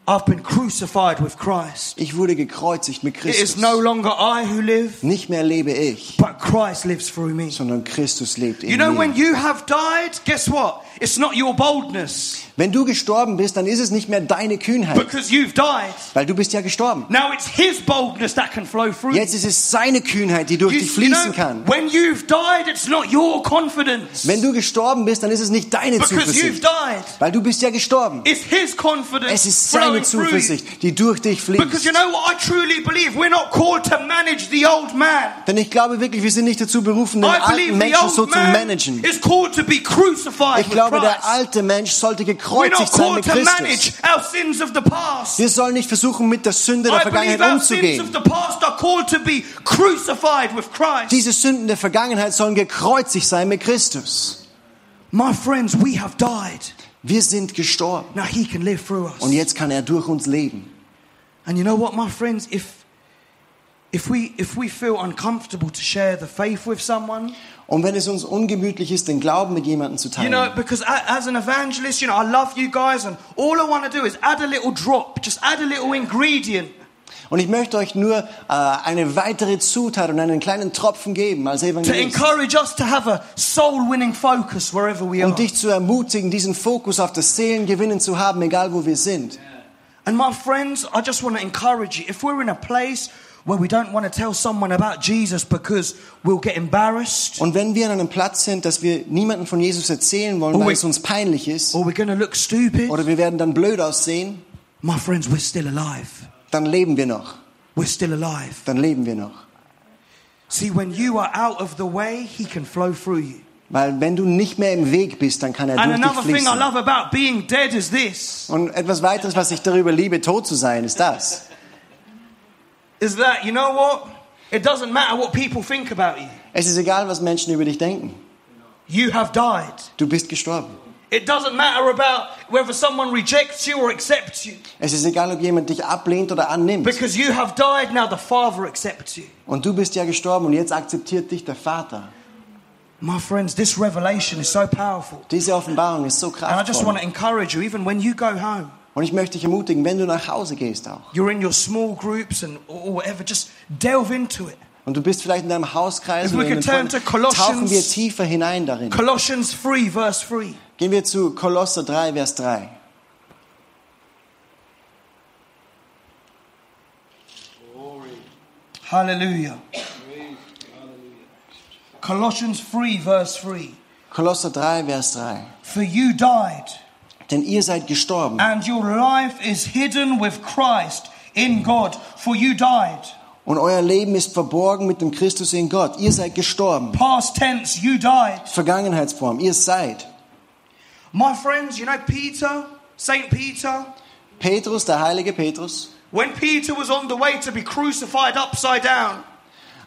[SPEAKER 2] I've been crucified with Christ.
[SPEAKER 1] Ich wurde gekreuzigt mit
[SPEAKER 2] It
[SPEAKER 1] Christus.
[SPEAKER 2] is no longer I who live,
[SPEAKER 1] Nicht mehr lebe ich,
[SPEAKER 2] but Christ lives through me.
[SPEAKER 1] sondern Christus lebt in
[SPEAKER 2] You know,
[SPEAKER 1] mir.
[SPEAKER 2] when you have died, guess what? It's not your boldness
[SPEAKER 1] Wenn du gestorben bist, dann ist es nicht mehr deine Kühnheit,
[SPEAKER 2] because you've died.
[SPEAKER 1] weil du bist ja gestorben.
[SPEAKER 2] Now it's His boldness that can flow through.
[SPEAKER 1] Jetzt ist es seine Kühnheit, die durch
[SPEAKER 2] you,
[SPEAKER 1] dich
[SPEAKER 2] you
[SPEAKER 1] fließen
[SPEAKER 2] know,
[SPEAKER 1] kann.
[SPEAKER 2] when you've died, it's not your confidence
[SPEAKER 1] Wenn du gestorben bist, dann ist es nicht deine
[SPEAKER 2] because you've
[SPEAKER 1] Zuversicht,
[SPEAKER 2] died.
[SPEAKER 1] weil du bist ja gestorben.
[SPEAKER 2] It's His confidence
[SPEAKER 1] Es ist
[SPEAKER 2] flowing
[SPEAKER 1] seine
[SPEAKER 2] through you.
[SPEAKER 1] Zuversicht, die durch dich
[SPEAKER 2] Because you
[SPEAKER 1] fließt.
[SPEAKER 2] know what? I truly believe we're not called to manage the old man.
[SPEAKER 1] Denn ich glaube wirklich, wir sind nicht dazu berufen, den
[SPEAKER 2] I
[SPEAKER 1] alten
[SPEAKER 2] believe the
[SPEAKER 1] Menschen so
[SPEAKER 2] old
[SPEAKER 1] zu
[SPEAKER 2] man
[SPEAKER 1] managen.
[SPEAKER 2] is called to be crucified
[SPEAKER 1] Ich
[SPEAKER 2] with
[SPEAKER 1] glaube, der
[SPEAKER 2] Christ.
[SPEAKER 1] alte Mensch sollte
[SPEAKER 2] We're not
[SPEAKER 1] gekreuzigt sein
[SPEAKER 2] called
[SPEAKER 1] mit
[SPEAKER 2] to
[SPEAKER 1] Christus.
[SPEAKER 2] manage our sins of the past.
[SPEAKER 1] Wir sollen nicht versuchen, mit der Sünde der
[SPEAKER 2] I believe
[SPEAKER 1] Vergangenheit
[SPEAKER 2] our sins
[SPEAKER 1] umzugehen.
[SPEAKER 2] of the past are called to be crucified with Christ.
[SPEAKER 1] Diese Sünden der Vergangenheit sollen gekreuzigt sein mit Christus.
[SPEAKER 2] My friends, we have died.
[SPEAKER 1] Wir sind gestorben.
[SPEAKER 2] Now he can live through us.
[SPEAKER 1] Und jetzt kann er durch uns leben.
[SPEAKER 2] And you know what, my friends, if if we if we feel uncomfortable to share the faith with someone,
[SPEAKER 1] Und wenn es uns ungemütlich ist, den Glauben mit jemandem zu
[SPEAKER 2] you know,
[SPEAKER 1] teilen.
[SPEAKER 2] because a- as an evangelist, you know, I love you guys, and all I want to do is add a little drop, just add a little ingredient.
[SPEAKER 1] Und ich möchte euch nur äh, eine weitere Zutat und einen kleinen Tropfen geben als
[SPEAKER 2] To
[SPEAKER 1] Evangelist.
[SPEAKER 2] encourage us to have a soul winning focus wherever we
[SPEAKER 1] um
[SPEAKER 2] are.
[SPEAKER 1] dich zu ermutigen, diesen Fokus auf das Seelengewinnen zu haben, egal wo wir sind.
[SPEAKER 2] And my friends, I just want to encourage you. If we're in a place where we don't want to tell someone about Jesus because we'll get embarrassed,
[SPEAKER 1] Und wenn wir an einem Platz sind, dass wir niemandem von Jesus erzählen wollen,
[SPEAKER 2] Oh,
[SPEAKER 1] weil
[SPEAKER 2] wait.
[SPEAKER 1] es uns peinlich ist,
[SPEAKER 2] or we're going to look stupid,
[SPEAKER 1] oder wir werden dann blöd aussehen,
[SPEAKER 2] my friends, we're still alive.
[SPEAKER 1] dann leben wir noch.
[SPEAKER 2] We're still alive.
[SPEAKER 1] Dann leben wir noch.
[SPEAKER 2] See, when you are out of the way, He can flow through you.
[SPEAKER 1] Weil wenn du nicht mehr im Weg bist, dann kann er
[SPEAKER 2] And
[SPEAKER 1] durch dich
[SPEAKER 2] another thing I
[SPEAKER 1] fließen.
[SPEAKER 2] love about being dead is this
[SPEAKER 1] Und etwas weiteres, was ich darüber liebe, tot zu sein, ist das.
[SPEAKER 2] is that, you know what? It doesn't matter what people think about you.
[SPEAKER 1] Es ist egal, was Menschen über dich denken.
[SPEAKER 2] You have died.
[SPEAKER 1] Du bist gestorben.
[SPEAKER 2] It doesn't matter about whether someone rejects you or accepts you.
[SPEAKER 1] Es ist egal, ob jemand dich ablehnt oder annimmt.
[SPEAKER 2] Because you have died, now the Father accepts you.
[SPEAKER 1] Und du bist ja gestorben und jetzt akzeptiert dich der Vater.
[SPEAKER 2] My friends, this revelation is so powerful.
[SPEAKER 1] Diese Offenbarung ist so
[SPEAKER 2] And I just
[SPEAKER 1] kraftvoll.
[SPEAKER 2] want to encourage you, even when you go home,
[SPEAKER 1] Und ich möchte dich ermutigen, wenn du nach Hause gehst auch
[SPEAKER 2] you're in your small groups and or whatever, just delve into it.
[SPEAKER 1] und du bist vielleicht in deinem Hauskreis
[SPEAKER 2] If we
[SPEAKER 1] oder in
[SPEAKER 2] could turn
[SPEAKER 1] den
[SPEAKER 2] to
[SPEAKER 1] Freunden, tauchen
[SPEAKER 2] Colossians-
[SPEAKER 1] wir tiefer hinein darin.
[SPEAKER 2] Colossians 3, verse 3.
[SPEAKER 1] Gehen wir zu Kolosser 3, Vers 3.
[SPEAKER 2] Hallelujah. Colossians 3, verse 3.
[SPEAKER 1] Kolosser 3, Vers 3.
[SPEAKER 2] For you died,
[SPEAKER 1] Denn ihr seid gestorben
[SPEAKER 2] and your life is hidden with Christ in God. For you died.
[SPEAKER 1] und euer Leben ist verborgen mit dem Christus in Gott. Ihr seid gestorben.
[SPEAKER 2] Past tense, you died.
[SPEAKER 1] Vergangenheitsform, ihr seid.
[SPEAKER 2] My friends, you know Peter, St. Peter,
[SPEAKER 1] Petrus, der heilige Petrus,
[SPEAKER 2] when Peter was on the way to be crucified upside down,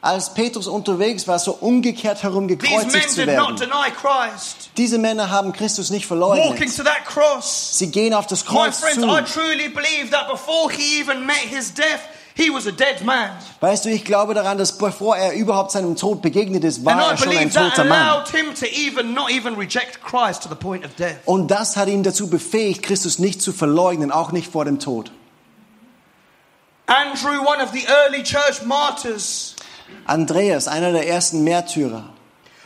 [SPEAKER 1] als Petrus unterwegs war, so umgekehrt herum
[SPEAKER 2] these men
[SPEAKER 1] gekreuzigt zu
[SPEAKER 2] did not
[SPEAKER 1] werden.
[SPEAKER 2] deny Christ.
[SPEAKER 1] Diese Männer haben Christus nicht
[SPEAKER 2] Walking
[SPEAKER 1] verleugnet.
[SPEAKER 2] to that cross.
[SPEAKER 1] Sie gehen auf das
[SPEAKER 2] My
[SPEAKER 1] Kreuz
[SPEAKER 2] friends, I
[SPEAKER 1] zu.
[SPEAKER 2] truly believe that before he even met his death, he was a dead man.
[SPEAKER 1] Weißt du, ich glaube daran, dass bevor er überhaupt seinem Tod begegnet ist,
[SPEAKER 2] And
[SPEAKER 1] war
[SPEAKER 2] I
[SPEAKER 1] er schon ein
[SPEAKER 2] believe that
[SPEAKER 1] toter Mann.
[SPEAKER 2] allowed him to even not even reject Christ to the point of death.
[SPEAKER 1] Und das hat ihn dazu befähigt, Christus nicht zu verleugnen, auch nicht vor dem Tod.
[SPEAKER 2] Andrew, one of the early church martyrs.
[SPEAKER 1] Andreas, einer der ersten Märtyrer,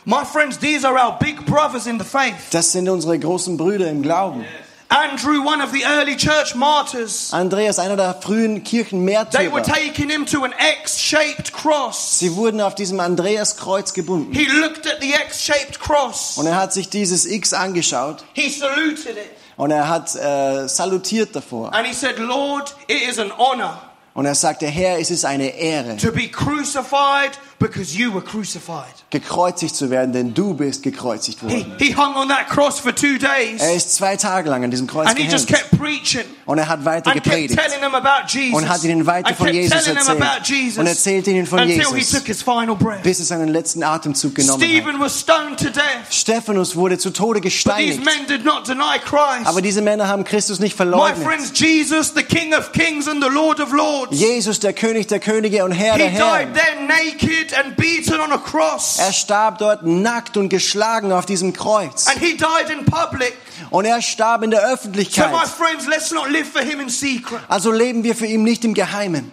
[SPEAKER 2] My friends, these are our big brothers in the faith.
[SPEAKER 1] das sind unsere großen Brüder im Glauben.
[SPEAKER 2] Andrew, one of the early church martyrs.
[SPEAKER 1] Andreas, einer der frühen
[SPEAKER 2] They were
[SPEAKER 1] Kirchenmärtyrer,
[SPEAKER 2] taking him to an X shaped cross.
[SPEAKER 1] sie wurden auf diesem Andreaskreuz gebunden.
[SPEAKER 2] He looked at the X shaped cross.
[SPEAKER 1] Und er hat sich dieses X angeschaut
[SPEAKER 2] He saluted it.
[SPEAKER 1] und er hat äh, salutiert davor.
[SPEAKER 2] And he said, Lord, it is an honor
[SPEAKER 1] Und er sagte, Herr, es ist eine Ehre,
[SPEAKER 2] to be crucified because you were crucified.
[SPEAKER 1] gekreuzigt zu werden, denn du bist gekreuzigt
[SPEAKER 2] He,
[SPEAKER 1] worden.
[SPEAKER 2] he hung on that cross for two
[SPEAKER 1] Er
[SPEAKER 2] days
[SPEAKER 1] ist zwei Tage lang an diesem Kreuz
[SPEAKER 2] and he just
[SPEAKER 1] gehängt
[SPEAKER 2] kept preaching
[SPEAKER 1] und er hat weiter
[SPEAKER 2] and kept
[SPEAKER 1] gepredigt
[SPEAKER 2] telling them about Jesus.
[SPEAKER 1] und hat ihnen weiter
[SPEAKER 2] and
[SPEAKER 1] von
[SPEAKER 2] kept
[SPEAKER 1] Jesus
[SPEAKER 2] telling them about
[SPEAKER 1] erzählt
[SPEAKER 2] Jesus
[SPEAKER 1] und erzählte ihnen von
[SPEAKER 2] until he
[SPEAKER 1] Jesus,
[SPEAKER 2] took his final breath.
[SPEAKER 1] bis er seinen letzten Atemzug genommen hat.
[SPEAKER 2] Stephen was stoned to death,
[SPEAKER 1] Stephanus wurde zu Tode
[SPEAKER 2] but these
[SPEAKER 1] gesteinigt.
[SPEAKER 2] men did not deny Christ.
[SPEAKER 1] Aber diese Männer haben Christus nicht
[SPEAKER 2] My
[SPEAKER 1] verleugnet.
[SPEAKER 2] friends, Jesus, the King of Kings and the Lord of Lords,
[SPEAKER 1] Jesus, der König der Könige und Herr
[SPEAKER 2] he
[SPEAKER 1] der
[SPEAKER 2] died
[SPEAKER 1] Herren.
[SPEAKER 2] there naked and beaten on a cross.
[SPEAKER 1] Er starb dort nackt und geschlagen auf diesem Kreuz.
[SPEAKER 2] and he died in public.
[SPEAKER 1] Und er starb in der
[SPEAKER 2] So, my
[SPEAKER 1] Öffentlichkeit.
[SPEAKER 2] friends, let's not live for him in secret.
[SPEAKER 1] Also leben wir für ihn nicht im Geheimen.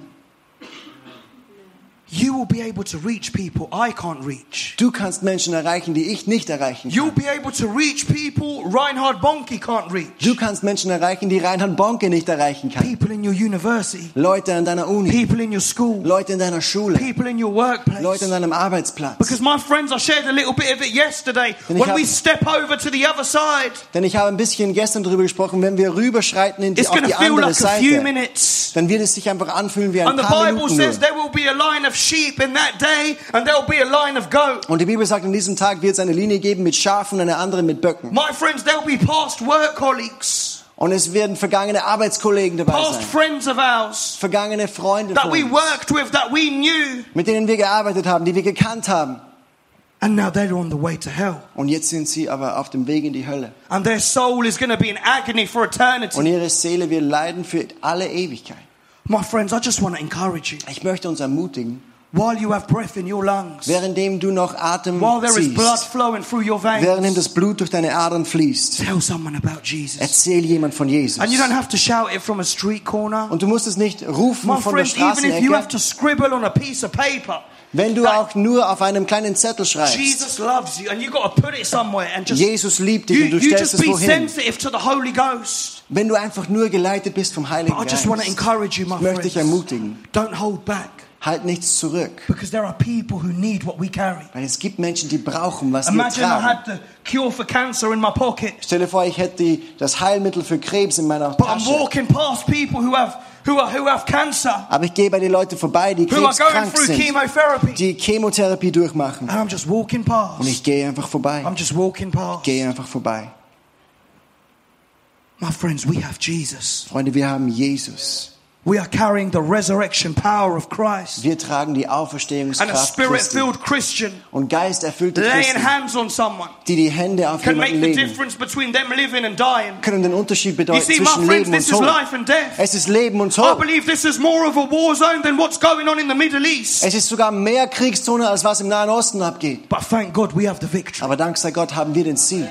[SPEAKER 2] You will be able to reach people I can't reach.
[SPEAKER 1] Du kannst Menschen erreichen, die ich nicht erreichen kann.
[SPEAKER 2] You'll be able to reach people Reinhard Bonnke can't reach.
[SPEAKER 1] Du kannst Menschen erreichen, die Reinhard Bonke nicht erreichen kann.
[SPEAKER 2] People in your university,
[SPEAKER 1] Leute an deiner Uni,
[SPEAKER 2] people in your school,
[SPEAKER 1] Leute in deiner Schule,
[SPEAKER 2] people in your
[SPEAKER 1] Leute an
[SPEAKER 2] workplace.
[SPEAKER 1] deinem Arbeitsplatz.
[SPEAKER 2] Because my friends, I shared a little bit of it yesterday.
[SPEAKER 1] Then you
[SPEAKER 2] When
[SPEAKER 1] have-
[SPEAKER 2] we step over to the other side,
[SPEAKER 1] Denn ich habe ein bisschen gestern darüber gesprochen, wenn wir rüberschreiten in die,
[SPEAKER 2] it's
[SPEAKER 1] auf
[SPEAKER 2] going to
[SPEAKER 1] die
[SPEAKER 2] feel
[SPEAKER 1] andere
[SPEAKER 2] like a few
[SPEAKER 1] Seite,
[SPEAKER 2] minutes.
[SPEAKER 1] dann wird es sich einfach anfühlen wie ein
[SPEAKER 2] And the
[SPEAKER 1] paar
[SPEAKER 2] Bible
[SPEAKER 1] Minuten nur.
[SPEAKER 2] says there will be a line of sheep in that day, and there will be a line of goats.
[SPEAKER 1] Und die Bibel sagt, an diesem Tag wird es eine Linie geben mit Schafen und eine andere mit Böcken.
[SPEAKER 2] My friends, there'll be past work colleagues,
[SPEAKER 1] Und es werden vergangene Arbeitskollegen dabei
[SPEAKER 2] past
[SPEAKER 1] sein,
[SPEAKER 2] friends of ours
[SPEAKER 1] vergangene Freunde,
[SPEAKER 2] that
[SPEAKER 1] von
[SPEAKER 2] we
[SPEAKER 1] uns,
[SPEAKER 2] worked with, that we knew.
[SPEAKER 1] mit denen wir gearbeitet haben, die wir gekannt haben.
[SPEAKER 2] And now they're on the way to hell.
[SPEAKER 1] Und jetzt sind sie aber auf dem Weg in die Hölle.
[SPEAKER 2] And their soul is going to be in agony for
[SPEAKER 1] Und
[SPEAKER 2] eternity.
[SPEAKER 1] ihre Seele wird leiden für alle Ewigkeit.
[SPEAKER 2] My friends, I just want to encourage you.
[SPEAKER 1] Ich möchte uns ermutigen,
[SPEAKER 2] While you have breath in your lungs,
[SPEAKER 1] währenddem du noch Atem
[SPEAKER 2] while there is blood
[SPEAKER 1] ziehst,
[SPEAKER 2] flowing through your
[SPEAKER 1] währenddem
[SPEAKER 2] veins,
[SPEAKER 1] das Blut durch deine Adern fließt,
[SPEAKER 2] tell someone about Jesus.
[SPEAKER 1] erzähl jemand von Jesus.
[SPEAKER 2] And you don't have to shout it from a street corner.
[SPEAKER 1] Und du musst es nicht rufen
[SPEAKER 2] My
[SPEAKER 1] von der
[SPEAKER 2] friends, even if you have
[SPEAKER 1] Straßenecke,
[SPEAKER 2] to scribble on a piece of paper,
[SPEAKER 1] wenn du
[SPEAKER 2] that
[SPEAKER 1] auch nur auf einem kleinen Zettel schreibst.
[SPEAKER 2] Jesus loves you, and you've got to put it somewhere and just.
[SPEAKER 1] Jesus liebt dich
[SPEAKER 2] You,
[SPEAKER 1] und du
[SPEAKER 2] you
[SPEAKER 1] stellst
[SPEAKER 2] just
[SPEAKER 1] es
[SPEAKER 2] be
[SPEAKER 1] wohin.
[SPEAKER 2] sensitive to the Holy Ghost.
[SPEAKER 1] Wenn du einfach nur geleitet bist vom
[SPEAKER 2] But
[SPEAKER 1] Heiligen
[SPEAKER 2] I
[SPEAKER 1] Geist,
[SPEAKER 2] just want to encourage you, my
[SPEAKER 1] ich möchte dich
[SPEAKER 2] friends.
[SPEAKER 1] ermutigen,
[SPEAKER 2] Don't hold back
[SPEAKER 1] halt nichts zurück.
[SPEAKER 2] because there are people who need what we carry.
[SPEAKER 1] Weil es gibt Menschen, die brauchen, was wir
[SPEAKER 2] Imagine I
[SPEAKER 1] tragen.
[SPEAKER 2] had the cure for cancer in my pocket,
[SPEAKER 1] Stell dir vor, ich hätte die, das Heilmittel für Krebs in meiner
[SPEAKER 2] but I'm
[SPEAKER 1] Tasche.
[SPEAKER 2] walking past people who have who are who have cancer,
[SPEAKER 1] Aber ich gehe bei den Leuten vorbei, die
[SPEAKER 2] who are going
[SPEAKER 1] krebskrank
[SPEAKER 2] through
[SPEAKER 1] sind,
[SPEAKER 2] chemotherapy,
[SPEAKER 1] die Chemotherapie durchmachen.
[SPEAKER 2] and I'm just walking
[SPEAKER 1] Und
[SPEAKER 2] past.
[SPEAKER 1] ich gehe einfach vorbei.
[SPEAKER 2] I'm just walking past.
[SPEAKER 1] Gehe einfach vorbei.
[SPEAKER 2] My friends, we have Jesus.
[SPEAKER 1] Freunde, wir haben Jesus.
[SPEAKER 2] We are carrying the resurrection power of Christ.
[SPEAKER 1] Wir tragen die
[SPEAKER 2] And a
[SPEAKER 1] Auferstehungskraft
[SPEAKER 2] spirit
[SPEAKER 1] Christi.
[SPEAKER 2] filled Christian
[SPEAKER 1] Und geisterfüllte
[SPEAKER 2] laying
[SPEAKER 1] Christen,
[SPEAKER 2] hands on someone
[SPEAKER 1] die die Hände auf
[SPEAKER 2] can make
[SPEAKER 1] jemanden
[SPEAKER 2] the
[SPEAKER 1] legen,
[SPEAKER 2] difference between them living and dying.
[SPEAKER 1] können den Unterschied
[SPEAKER 2] You
[SPEAKER 1] bedeuten
[SPEAKER 2] see, my
[SPEAKER 1] zwischen
[SPEAKER 2] friends,
[SPEAKER 1] Leben und
[SPEAKER 2] this is
[SPEAKER 1] Tod.
[SPEAKER 2] life and death.
[SPEAKER 1] Es ist Leben und
[SPEAKER 2] I
[SPEAKER 1] Tod.
[SPEAKER 2] believe this is more of a war zone than what's going on in the Middle East.
[SPEAKER 1] Es ist sogar mehr Kriegszone, als was im Nahen Osten abgeht.
[SPEAKER 2] But thank God we have the victory.
[SPEAKER 1] Aber dank sei Gott haben wir den Sieg.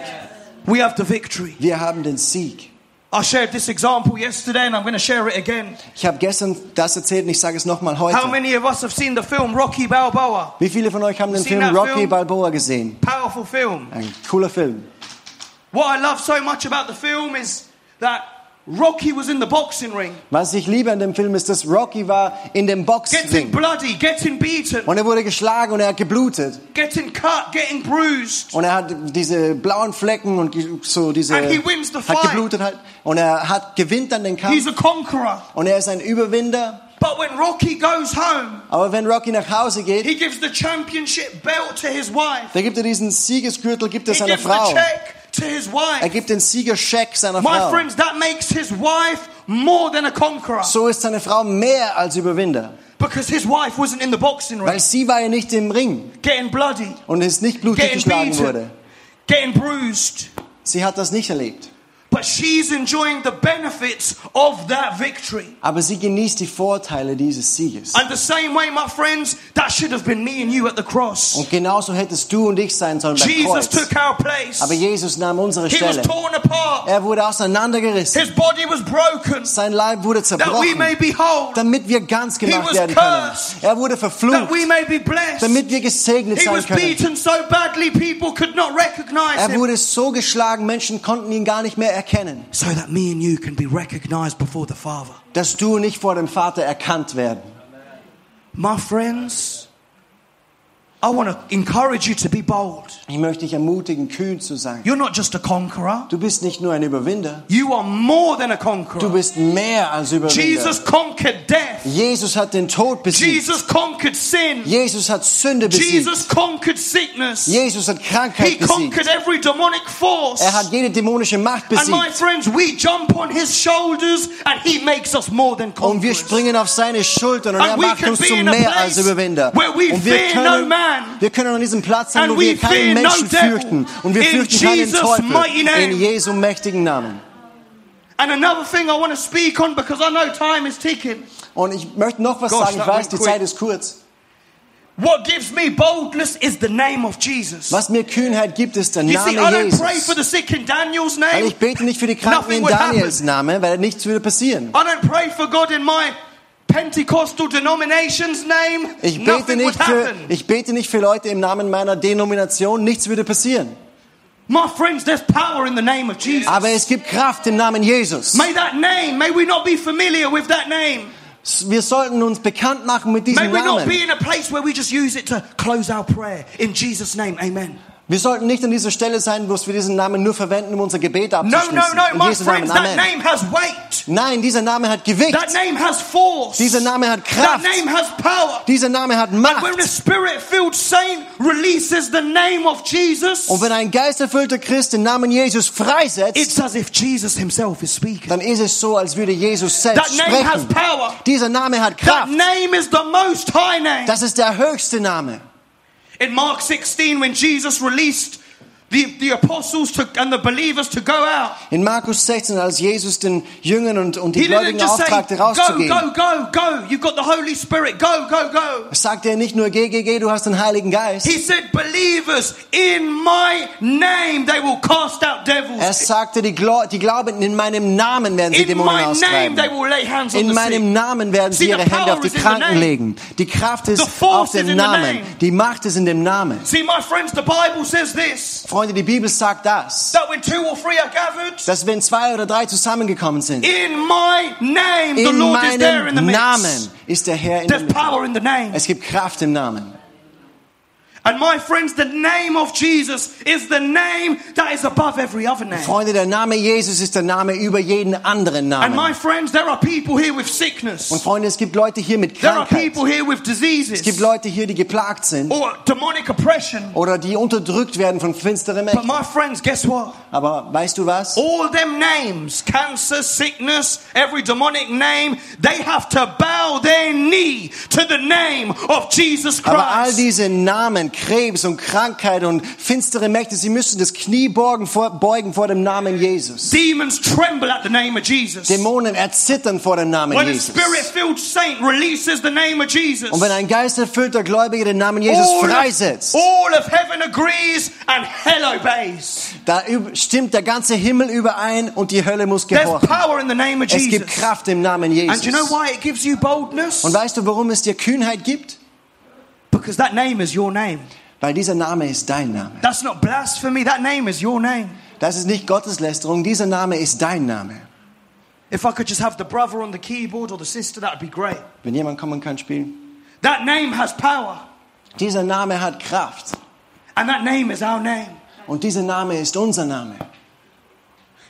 [SPEAKER 2] We have the victory.
[SPEAKER 1] Wir haben den Sieg.
[SPEAKER 2] I shared this example yesterday and I'm going to share it again.
[SPEAKER 1] Ich habe gestern das erzählt und ich sage es nochmal heute.
[SPEAKER 2] How many of us have seen the film Rocky Balboa?
[SPEAKER 1] Wie viele von euch haben den
[SPEAKER 2] Seen
[SPEAKER 1] Film
[SPEAKER 2] that
[SPEAKER 1] Rocky
[SPEAKER 2] film?
[SPEAKER 1] Balboa gesehen?
[SPEAKER 2] Powerful film.
[SPEAKER 1] Ein cooler Film.
[SPEAKER 2] What I love so much about the film is that Rocky was in the boxing ring,
[SPEAKER 1] Was ich liebe an dem Film ist, dass Rocky war in dem
[SPEAKER 2] getting
[SPEAKER 1] Boxring
[SPEAKER 2] bloody, getting beaten,
[SPEAKER 1] und er wurde geschlagen und er hat geblutet
[SPEAKER 2] getting cut, getting bruised.
[SPEAKER 1] und er hat diese blauen Flecken und ge- so diese
[SPEAKER 2] And he wins the
[SPEAKER 1] hat
[SPEAKER 2] fight.
[SPEAKER 1] geblutet halt und er hat gewinnt dann den
[SPEAKER 2] He's
[SPEAKER 1] Kampf
[SPEAKER 2] a conqueror.
[SPEAKER 1] und er ist ein Überwinder.
[SPEAKER 2] But when Rocky goes home,
[SPEAKER 1] Aber wenn Rocky nach Hause geht,
[SPEAKER 2] he gives the championship belt to his wife.
[SPEAKER 1] dann gibt er diesen Siegesgürtel, gibt er
[SPEAKER 2] He
[SPEAKER 1] seiner
[SPEAKER 2] gives
[SPEAKER 1] Frau.
[SPEAKER 2] the check to his
[SPEAKER 1] Er
[SPEAKER 2] wife.
[SPEAKER 1] gibt den Siegerscheck seiner
[SPEAKER 2] My
[SPEAKER 1] Frau.
[SPEAKER 2] friends, that makes his wife more than a conqueror
[SPEAKER 1] So ist seine Frau mehr als Überwinder,
[SPEAKER 2] because his wife wasn't in the boxing ring,
[SPEAKER 1] weil sie war ja nicht im Ring
[SPEAKER 2] getting bloody,
[SPEAKER 1] und ist nicht blutig
[SPEAKER 2] getting
[SPEAKER 1] geschlagen
[SPEAKER 2] beaten,
[SPEAKER 1] wurde.
[SPEAKER 2] getting bruised.
[SPEAKER 1] Sie hat das nicht erlebt.
[SPEAKER 2] But she's enjoying the benefits of that victory.
[SPEAKER 1] Aber sie genießt die Vorteile dieses Sieges.
[SPEAKER 2] And the same way, my friends, that should have been me and you at the cross.
[SPEAKER 1] Und genauso hättest du und ich sein sollen beim
[SPEAKER 2] Jesus
[SPEAKER 1] Kreuz.
[SPEAKER 2] took our place.
[SPEAKER 1] Aber Jesus nahm unsere
[SPEAKER 2] He was
[SPEAKER 1] Stelle.
[SPEAKER 2] torn apart.
[SPEAKER 1] Er wurde auseinandergerissen.
[SPEAKER 2] His body was broken
[SPEAKER 1] Sein Leib wurde
[SPEAKER 2] that we may
[SPEAKER 1] zerbrochen,
[SPEAKER 2] be whole,
[SPEAKER 1] damit wir ganz
[SPEAKER 2] was
[SPEAKER 1] gemacht werden können.
[SPEAKER 2] cursed,
[SPEAKER 1] Er wurde
[SPEAKER 2] that
[SPEAKER 1] verflucht,
[SPEAKER 2] we may be blessed.
[SPEAKER 1] damit wir gesegnet
[SPEAKER 2] He
[SPEAKER 1] sein
[SPEAKER 2] was
[SPEAKER 1] können.
[SPEAKER 2] beaten so badly people could not recognize
[SPEAKER 1] Er
[SPEAKER 2] him.
[SPEAKER 1] wurde so geschlagen, Menschen konnten ihn gar nicht mehr erkennen,
[SPEAKER 2] so that me and you can be recognized before the Father.
[SPEAKER 1] dass du und ich vor dem Vater erkannt werden.
[SPEAKER 2] My friends, I want to encourage you to be bold.
[SPEAKER 1] Ich möchte dich ermutigen, kühn zu sein.
[SPEAKER 2] You're not just a conqueror,
[SPEAKER 1] Du bist nicht nur ein Überwinder,
[SPEAKER 2] you are more than a
[SPEAKER 1] du
[SPEAKER 2] conqueror.
[SPEAKER 1] bist mehr als Überwinder.
[SPEAKER 2] Jesus conquered death,
[SPEAKER 1] Jesus hat den Tod besiegt.
[SPEAKER 2] Jesus conquered sin,
[SPEAKER 1] Jesus hat Sünde besiegt.
[SPEAKER 2] Jesus conquered sickness,
[SPEAKER 1] Jesus hat
[SPEAKER 2] He
[SPEAKER 1] Krankheit besiegt.
[SPEAKER 2] conquered every demonic force.
[SPEAKER 1] Er hat jede dämonische Macht
[SPEAKER 2] And my
[SPEAKER 1] besiegt.
[SPEAKER 2] friends, we jump on his shoulders and he makes us more than
[SPEAKER 1] Und wir
[SPEAKER 2] conquerors.
[SPEAKER 1] springen auf seine Schultern und er
[SPEAKER 2] And we
[SPEAKER 1] macht
[SPEAKER 2] can
[SPEAKER 1] uns
[SPEAKER 2] be
[SPEAKER 1] zu
[SPEAKER 2] in a
[SPEAKER 1] mehr
[SPEAKER 2] place
[SPEAKER 1] als Überwinder.
[SPEAKER 2] where we
[SPEAKER 1] Und wir
[SPEAKER 2] fear no
[SPEAKER 1] können,
[SPEAKER 2] man.
[SPEAKER 1] wir können an diesem Platz sein,
[SPEAKER 2] And
[SPEAKER 1] wo wir
[SPEAKER 2] we fear
[SPEAKER 1] keinen
[SPEAKER 2] no
[SPEAKER 1] Menschen
[SPEAKER 2] devil.
[SPEAKER 1] fürchten. Und wir
[SPEAKER 2] In
[SPEAKER 1] fürchten keinen
[SPEAKER 2] Jesus' mighty
[SPEAKER 1] Teufel.
[SPEAKER 2] name.
[SPEAKER 1] In Jesu mächtigen Namen.
[SPEAKER 2] And another thing I want to speak on because I know time is ticking.
[SPEAKER 1] Und ich möchte noch was
[SPEAKER 2] Gosh,
[SPEAKER 1] sagen. Ich
[SPEAKER 2] that
[SPEAKER 1] weiß,
[SPEAKER 2] went
[SPEAKER 1] die
[SPEAKER 2] quick.
[SPEAKER 1] Zeit ist kurz.
[SPEAKER 2] What gives me boldness is the name of Jesus.
[SPEAKER 1] Was mir Kühnheit gibt, ist der
[SPEAKER 2] You see,
[SPEAKER 1] Name
[SPEAKER 2] I don't
[SPEAKER 1] Jesus.
[SPEAKER 2] pray for the sick in Daniel's
[SPEAKER 1] Weil
[SPEAKER 2] name.
[SPEAKER 1] ich bete nicht für die Kranken
[SPEAKER 2] Nothing
[SPEAKER 1] in
[SPEAKER 2] would
[SPEAKER 1] Daniels Namen, weil nichts würde passieren.
[SPEAKER 2] I don't pray for God in my Pentecostal denomination's name.
[SPEAKER 1] Ich bete,
[SPEAKER 2] Nothing would
[SPEAKER 1] nicht für,
[SPEAKER 2] happen.
[SPEAKER 1] ich bete nicht für Leute im Namen meiner Denomination, nichts würde passieren.
[SPEAKER 2] My friends, there's power in the name of Jesus.
[SPEAKER 1] Aber es gibt Kraft im Namen Jesus.
[SPEAKER 2] May that name, may we not be familiar with that name.
[SPEAKER 1] Wir sollten uns bekannt machen mit
[SPEAKER 2] May
[SPEAKER 1] diesem
[SPEAKER 2] we not be
[SPEAKER 1] Namen.
[SPEAKER 2] in a place where we just use it to close our prayer. In Jesus' name, amen.
[SPEAKER 1] Wir sollten nicht an dieser Stelle sein, wo wir diesen Namen nur verwenden, um unser Gebet
[SPEAKER 2] No,
[SPEAKER 1] abzuschließen.
[SPEAKER 2] no, no,
[SPEAKER 1] In
[SPEAKER 2] my
[SPEAKER 1] Jesu
[SPEAKER 2] friends,
[SPEAKER 1] Namen,
[SPEAKER 2] that
[SPEAKER 1] Amen.
[SPEAKER 2] name has weight.
[SPEAKER 1] Nein, dieser Name hat
[SPEAKER 2] That
[SPEAKER 1] Gewicht.
[SPEAKER 2] name has force.
[SPEAKER 1] Dieser Name hat
[SPEAKER 2] That
[SPEAKER 1] Kraft.
[SPEAKER 2] name has power.
[SPEAKER 1] Dieser Name hat
[SPEAKER 2] When the
[SPEAKER 1] Macht.
[SPEAKER 2] spirit filled saint releases the name of Jesus,
[SPEAKER 1] Und wenn ein geisterfüllter Christ den Namen Jesus freisetzt,
[SPEAKER 2] Oh, it's as if Jesus himself is speaking.
[SPEAKER 1] dann ist es so, als würde Jesus
[SPEAKER 2] That
[SPEAKER 1] selbst
[SPEAKER 2] name has
[SPEAKER 1] sprechen.
[SPEAKER 2] power.
[SPEAKER 1] Dieser Name hat
[SPEAKER 2] That
[SPEAKER 1] Kraft.
[SPEAKER 2] name is the most high name.
[SPEAKER 1] Das ist der höchste Name.
[SPEAKER 2] In Mark 16, when Jesus released the, the apostles to, and the believers to go out,
[SPEAKER 1] In Markus 16, als Jesus den Jüngern und, und die
[SPEAKER 2] he didn't
[SPEAKER 1] Gläubigen
[SPEAKER 2] just say,
[SPEAKER 1] auftragte,
[SPEAKER 2] go,
[SPEAKER 1] rauszugehen,
[SPEAKER 2] go, go, go. You've got the Holy Spirit. Go, go, go.
[SPEAKER 1] sagte er nicht nur, geh, geh, geh, du hast den Heiligen Geist.
[SPEAKER 2] He said, believers, in my name they will cast out devils.
[SPEAKER 1] Er sagte, die, Glau die Glaubenden, in meinem Namen werden sie
[SPEAKER 2] In
[SPEAKER 1] Dämonen
[SPEAKER 2] my name they
[SPEAKER 1] austreiben.
[SPEAKER 2] will lay hands on
[SPEAKER 1] In
[SPEAKER 2] the sick.
[SPEAKER 1] meinem Namen werden sie
[SPEAKER 2] See,
[SPEAKER 1] ihre
[SPEAKER 2] the
[SPEAKER 1] Hände auf
[SPEAKER 2] power
[SPEAKER 1] die
[SPEAKER 2] is in the
[SPEAKER 1] Kranken
[SPEAKER 2] name.
[SPEAKER 1] legen. Die Kraft ist
[SPEAKER 2] The force
[SPEAKER 1] auf
[SPEAKER 2] is in
[SPEAKER 1] dem
[SPEAKER 2] the
[SPEAKER 1] Namen.
[SPEAKER 2] name.
[SPEAKER 1] Die Macht ist in dem Namen.
[SPEAKER 2] See, my friends, the Bible says this
[SPEAKER 1] Freunde, die Bibel sagt das,
[SPEAKER 2] that when two or three are gathered,
[SPEAKER 1] dass wenn zwei oder drei zusammengekommen sind,
[SPEAKER 2] in my name the
[SPEAKER 1] in
[SPEAKER 2] Lord is there in the
[SPEAKER 1] meinem
[SPEAKER 2] midst.
[SPEAKER 1] Namen ist der Herr in der
[SPEAKER 2] There's
[SPEAKER 1] Mitte.
[SPEAKER 2] power in the name.
[SPEAKER 1] Es gibt Kraft im Namen.
[SPEAKER 2] And my friends, the name of Jesus is the name that is above every other name.
[SPEAKER 1] Freunde, der Name Jesus ist der Name über jeden anderen
[SPEAKER 2] And my
[SPEAKER 1] Namen.
[SPEAKER 2] friends, there are people here with
[SPEAKER 1] Und
[SPEAKER 2] sickness.
[SPEAKER 1] Freunde, es gibt Leute hier mit
[SPEAKER 2] There are
[SPEAKER 1] Krankheit.
[SPEAKER 2] people here with
[SPEAKER 1] Es gibt
[SPEAKER 2] diseases
[SPEAKER 1] Leute hier, die geplagt sind
[SPEAKER 2] or demonic oppression.
[SPEAKER 1] oder die unterdrückt werden von finsteren
[SPEAKER 2] But Oh,
[SPEAKER 1] Mächten.
[SPEAKER 2] my friends, guess what?
[SPEAKER 1] Aber weißt du was?
[SPEAKER 2] All them names, cancer, sickness, every demonic name, they have to bow their knee to the name of Jesus
[SPEAKER 1] Aber all
[SPEAKER 2] Christ.
[SPEAKER 1] diese Namen, Krebs und Krankheit und finstere Mächte, sie müssen das Knie beugen vor, beugen vor dem Namen Jesus.
[SPEAKER 2] Demons tremble at the name of Jesus.
[SPEAKER 1] Dämonen erzittern vor dem Namen
[SPEAKER 2] When a
[SPEAKER 1] Jesus.
[SPEAKER 2] spirit filled saint releases the name of Jesus,
[SPEAKER 1] Und wenn ein geisterfüllter Gläubiger den Namen Jesus
[SPEAKER 2] Oh,
[SPEAKER 1] freisetzt,
[SPEAKER 2] all of heaven agrees and hell obeys.
[SPEAKER 1] da üb- stimmt der ganze Himmel überein und die Hölle muss
[SPEAKER 2] There's
[SPEAKER 1] gehorchen.
[SPEAKER 2] power in the name of
[SPEAKER 1] Es gibt
[SPEAKER 2] Jesus.
[SPEAKER 1] Kraft im Namen
[SPEAKER 2] And do you know
[SPEAKER 1] Jesus.
[SPEAKER 2] why it gives you boldness?
[SPEAKER 1] Und weißt du, warum es dir Kühnheit gibt?
[SPEAKER 2] Because that name is your name.
[SPEAKER 1] Weil dieser Name ist dein Name.
[SPEAKER 2] That's not blasphemy, that name is your name.
[SPEAKER 1] Das ist nicht Gotteslästerung, dieser Name ist dein Name.
[SPEAKER 2] If I could just have the brother on the keyboard or the sister, that would be great.
[SPEAKER 1] Wenn jemand kommen kann, spielen.
[SPEAKER 2] That name has power,
[SPEAKER 1] Dieser Name hat Kraft.
[SPEAKER 2] and that name is our name.
[SPEAKER 1] Und dieser Name ist unser Name.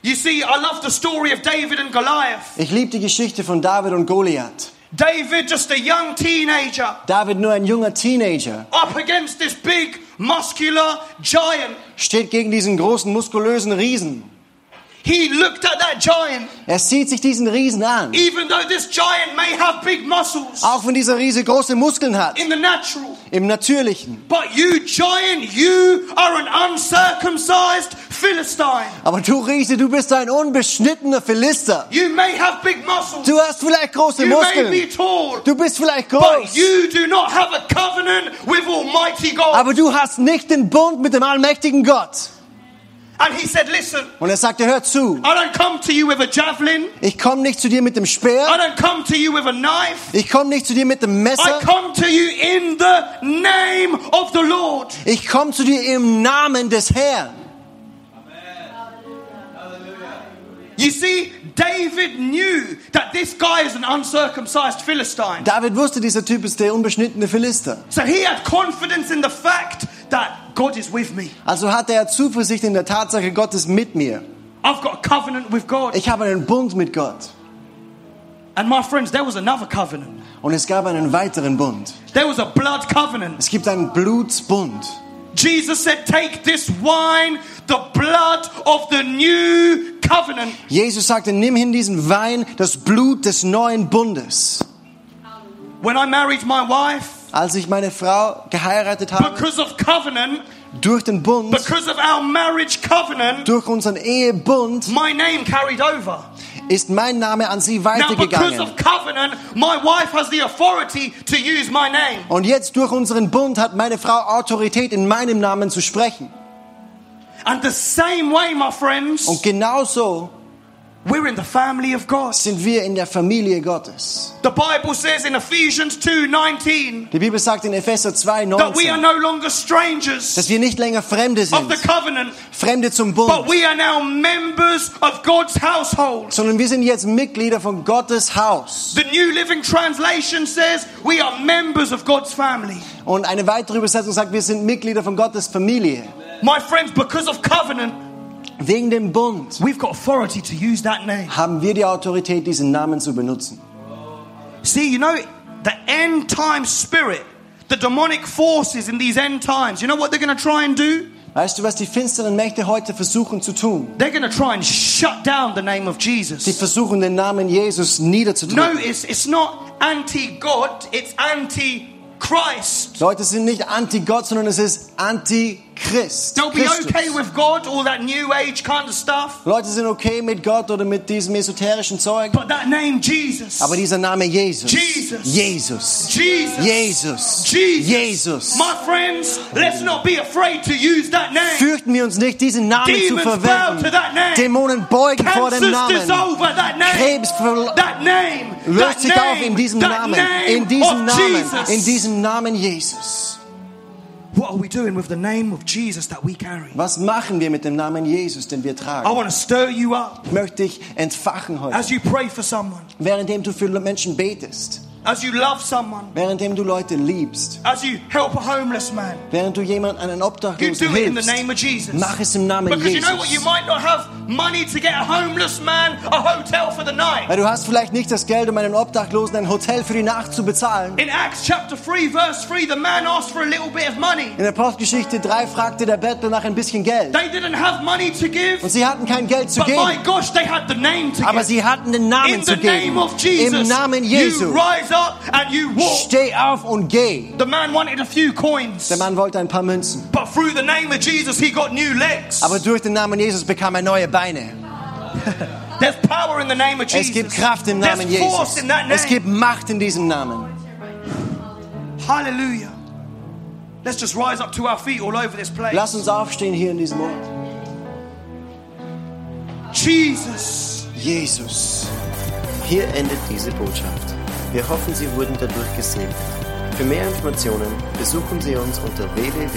[SPEAKER 2] You see, I love the story of David and Goliath.
[SPEAKER 1] Ich liebe die Geschichte von David und Goliath.
[SPEAKER 2] David, just a young teenager,
[SPEAKER 1] David, nur ein junger Teenager,
[SPEAKER 2] up against this big, muscular giant.
[SPEAKER 1] steht gegen diesen großen, muskulösen Riesen.
[SPEAKER 2] He looked at that giant,
[SPEAKER 1] Er sieht sich diesen Riesen an.
[SPEAKER 2] even though this giant may have big muscles
[SPEAKER 1] Auch wenn dieser Riese große Muskeln hat,
[SPEAKER 2] in the natural.
[SPEAKER 1] im Natürlichen.
[SPEAKER 2] But you, giant, you are an uncircumcised Philistine.
[SPEAKER 1] Aber du Riese, du bist ein unbeschnittener Philister.
[SPEAKER 2] You may have big muscles,
[SPEAKER 1] Du hast vielleicht große
[SPEAKER 2] you may be
[SPEAKER 1] Muskeln.
[SPEAKER 2] tall,
[SPEAKER 1] Du bist vielleicht
[SPEAKER 2] But
[SPEAKER 1] groß.
[SPEAKER 2] you do not have a covenant with Almighty God.
[SPEAKER 1] Aber du hast nicht den Bund mit dem allmächtigen Gott.
[SPEAKER 2] And he said, Listen,
[SPEAKER 1] Und er sagte, hör zu.
[SPEAKER 2] I don't come to you with a javelin.
[SPEAKER 1] Ich komme nicht zu dir mit dem
[SPEAKER 2] I
[SPEAKER 1] Speer.
[SPEAKER 2] don't come to you with a knife.
[SPEAKER 1] Ich komme nicht zu dir mit dem
[SPEAKER 2] I
[SPEAKER 1] Messer.
[SPEAKER 2] come to you in the name of the Lord.
[SPEAKER 1] Ich komme zu dir im Namen des Herrn.
[SPEAKER 2] You see, David knew that this guy is an uncircumcised Philistine.
[SPEAKER 1] David wusste, dieser Typ ist der unbeschnittene Philister.
[SPEAKER 2] So he had confidence in the fact that God is with me.
[SPEAKER 1] Also hatte er Zuversicht in der Tatsache, Gott ist mit mir.
[SPEAKER 2] I've got a covenant with God.
[SPEAKER 1] Ich habe einen Bund mit Gott.
[SPEAKER 2] And my friends, there was another covenant.
[SPEAKER 1] Und es gab einen weiteren Bund.
[SPEAKER 2] There was a blood covenant.
[SPEAKER 1] Es gibt einen Blutsbund.
[SPEAKER 2] Jesus said, Take this wine, the blood of the new covenant.
[SPEAKER 1] Jesus sagte, nimm hin diesen Wein, das Blut des neuen Bundes.
[SPEAKER 2] When I married my wife,
[SPEAKER 1] Als ich meine Frau geheiratet habe,
[SPEAKER 2] because of covenant,
[SPEAKER 1] durch den Bund,
[SPEAKER 2] because of our marriage covenant,
[SPEAKER 1] durch unseren Ehebund,
[SPEAKER 2] my name carried over.
[SPEAKER 1] ist mein Name an sie
[SPEAKER 2] Now, because
[SPEAKER 1] weitergegangen.
[SPEAKER 2] of covenant, my wife has the authority to use my name.
[SPEAKER 1] Und jetzt durch unseren Bund hat meine Frau Autorität, in meinem Namen zu sprechen.
[SPEAKER 2] And the same way, my
[SPEAKER 1] Und
[SPEAKER 2] friends,
[SPEAKER 1] genauso
[SPEAKER 2] we're in the family of God.
[SPEAKER 1] sind wir in der Familie Gottes.
[SPEAKER 2] The Bible says in Ephesians 2:19
[SPEAKER 1] Die Bibel sagt in Epheser 2,
[SPEAKER 2] that we are
[SPEAKER 1] 19,
[SPEAKER 2] no longer strangers
[SPEAKER 1] dass wir nicht länger Fremde
[SPEAKER 2] of
[SPEAKER 1] sind,
[SPEAKER 2] the covenant,
[SPEAKER 1] Fremde zum
[SPEAKER 2] but
[SPEAKER 1] Bund,
[SPEAKER 2] we are now members of God's household.
[SPEAKER 1] sondern wir sind jetzt Mitglieder von Gottes Haus.
[SPEAKER 2] The New Living Translation says we are members of God's family.
[SPEAKER 1] Und eine weitere Übersetzung sagt, wir sind Mitglieder von Gottes Familie.
[SPEAKER 2] My friends, because of covenant,
[SPEAKER 1] Wegen dem Bund
[SPEAKER 2] we've got authority to use that name.
[SPEAKER 1] haben wir die Autorität, diesen Namen zu benutzen.
[SPEAKER 2] See, you know, the end time spirit, the demonic forces in these end times, you know what they're going to try and do?
[SPEAKER 1] Weißt du, was die finsteren Mächte heute versuchen zu tun?
[SPEAKER 2] They're going to try and shut down the name of
[SPEAKER 1] Sie
[SPEAKER 2] Jesus.
[SPEAKER 1] versuchen, den Namen Jesus niederzudrücken.
[SPEAKER 2] Notice it's not anti God, it's anti Christ.
[SPEAKER 1] Leute sind nicht anti-Gott, sondern es ist Antichrist.
[SPEAKER 2] They'll be
[SPEAKER 1] Christus.
[SPEAKER 2] okay with God, all that new age kind of stuff,
[SPEAKER 1] Leute sind okay mit Gott oder mit diesem esoterischen Zeug.
[SPEAKER 2] but that name Jesus.
[SPEAKER 1] Aber dieser Name Jesus.
[SPEAKER 2] Jesus.
[SPEAKER 1] Jesus.
[SPEAKER 2] Jesus.
[SPEAKER 1] Jesus.
[SPEAKER 2] Jesus.
[SPEAKER 1] Jesus.
[SPEAKER 2] My friends, let's not be afraid to use that name.
[SPEAKER 1] Fürchten wir uns nicht, diesen Namen zu
[SPEAKER 2] Demons bow to
[SPEAKER 1] verwenden.
[SPEAKER 2] that name.
[SPEAKER 1] Dämonen beugen vor dem
[SPEAKER 2] Cancers
[SPEAKER 1] Namen.
[SPEAKER 2] dissolve at that name.
[SPEAKER 1] Krebs verl-
[SPEAKER 2] That name. that
[SPEAKER 1] löst sich
[SPEAKER 2] name,
[SPEAKER 1] auf in diesem
[SPEAKER 2] that
[SPEAKER 1] Namen.
[SPEAKER 2] name
[SPEAKER 1] In diesem
[SPEAKER 2] of
[SPEAKER 1] Namen.
[SPEAKER 2] Jesus.
[SPEAKER 1] In diesem Namen Jesus.
[SPEAKER 2] What are we doing with the name of Jesus that we carry?
[SPEAKER 1] Was machen wir mit dem Namen Jesus, den wir
[SPEAKER 2] I
[SPEAKER 1] tragen?
[SPEAKER 2] want to stir you up
[SPEAKER 1] Möchte ich entfachen heute,
[SPEAKER 2] Also- as you pray for someone.
[SPEAKER 1] währenddem du für Menschen betest.
[SPEAKER 2] as you love someone,
[SPEAKER 1] Währenddem du Leute liebst,
[SPEAKER 2] as you help a homeless man.
[SPEAKER 1] während du jemand einen
[SPEAKER 2] You
[SPEAKER 1] Obdachlosen
[SPEAKER 2] do it in the
[SPEAKER 1] hilfst,
[SPEAKER 2] name of Jesus.
[SPEAKER 1] mach es im Namen
[SPEAKER 2] Because you know what? You
[SPEAKER 1] Jesus.
[SPEAKER 2] might not have money to get a homeless man a hotel for the night.
[SPEAKER 1] Weil du hast vielleicht nicht das Geld, um einem Obdachlosen ein Hotel für die Nacht zu bezahlen.
[SPEAKER 2] In Acts chapter 3, verse 3, the man asked for a little bit of money.
[SPEAKER 1] In der Postgeschichte 3 fragte der Bettler nach ein bisschen Geld.
[SPEAKER 2] They didn't have money to give,
[SPEAKER 1] Und sie hatten kein Geld zu
[SPEAKER 2] but my
[SPEAKER 1] geben,
[SPEAKER 2] gosh, they had the name to
[SPEAKER 1] aber
[SPEAKER 2] give.
[SPEAKER 1] sie hatten den
[SPEAKER 2] In
[SPEAKER 1] Namen
[SPEAKER 2] the
[SPEAKER 1] zu
[SPEAKER 2] name
[SPEAKER 1] geben.
[SPEAKER 2] of Jesus,
[SPEAKER 1] Im Namen
[SPEAKER 2] you
[SPEAKER 1] Jesu.
[SPEAKER 2] rise up and you walk.
[SPEAKER 1] Steh auf und geh.
[SPEAKER 2] The man wanted a few coins,
[SPEAKER 1] Der Mann wollte ein paar Münzen.
[SPEAKER 2] but through the name of Jesus, he got new legs.
[SPEAKER 1] Aber durch den Namen Jesus bekam er neue Beine.
[SPEAKER 2] There's power in the name of
[SPEAKER 1] Es
[SPEAKER 2] Jesus.
[SPEAKER 1] gibt Kraft im Namen
[SPEAKER 2] There's force
[SPEAKER 1] Jesus.
[SPEAKER 2] in that
[SPEAKER 1] Es
[SPEAKER 2] name.
[SPEAKER 1] gibt Macht in diesem Namen.
[SPEAKER 2] Hallelujah. Let's just rise up to our feet all over this place.
[SPEAKER 1] Lass uns aufstehen hier in diesem Ort.
[SPEAKER 2] Jesus.
[SPEAKER 1] Jesus.
[SPEAKER 3] Hier endet diese Botschaft. Wir hoffen, Sie wurden dadurch gesegnet. Für mehr Informationen besuchen Sie uns unter www.fcg-wells.at.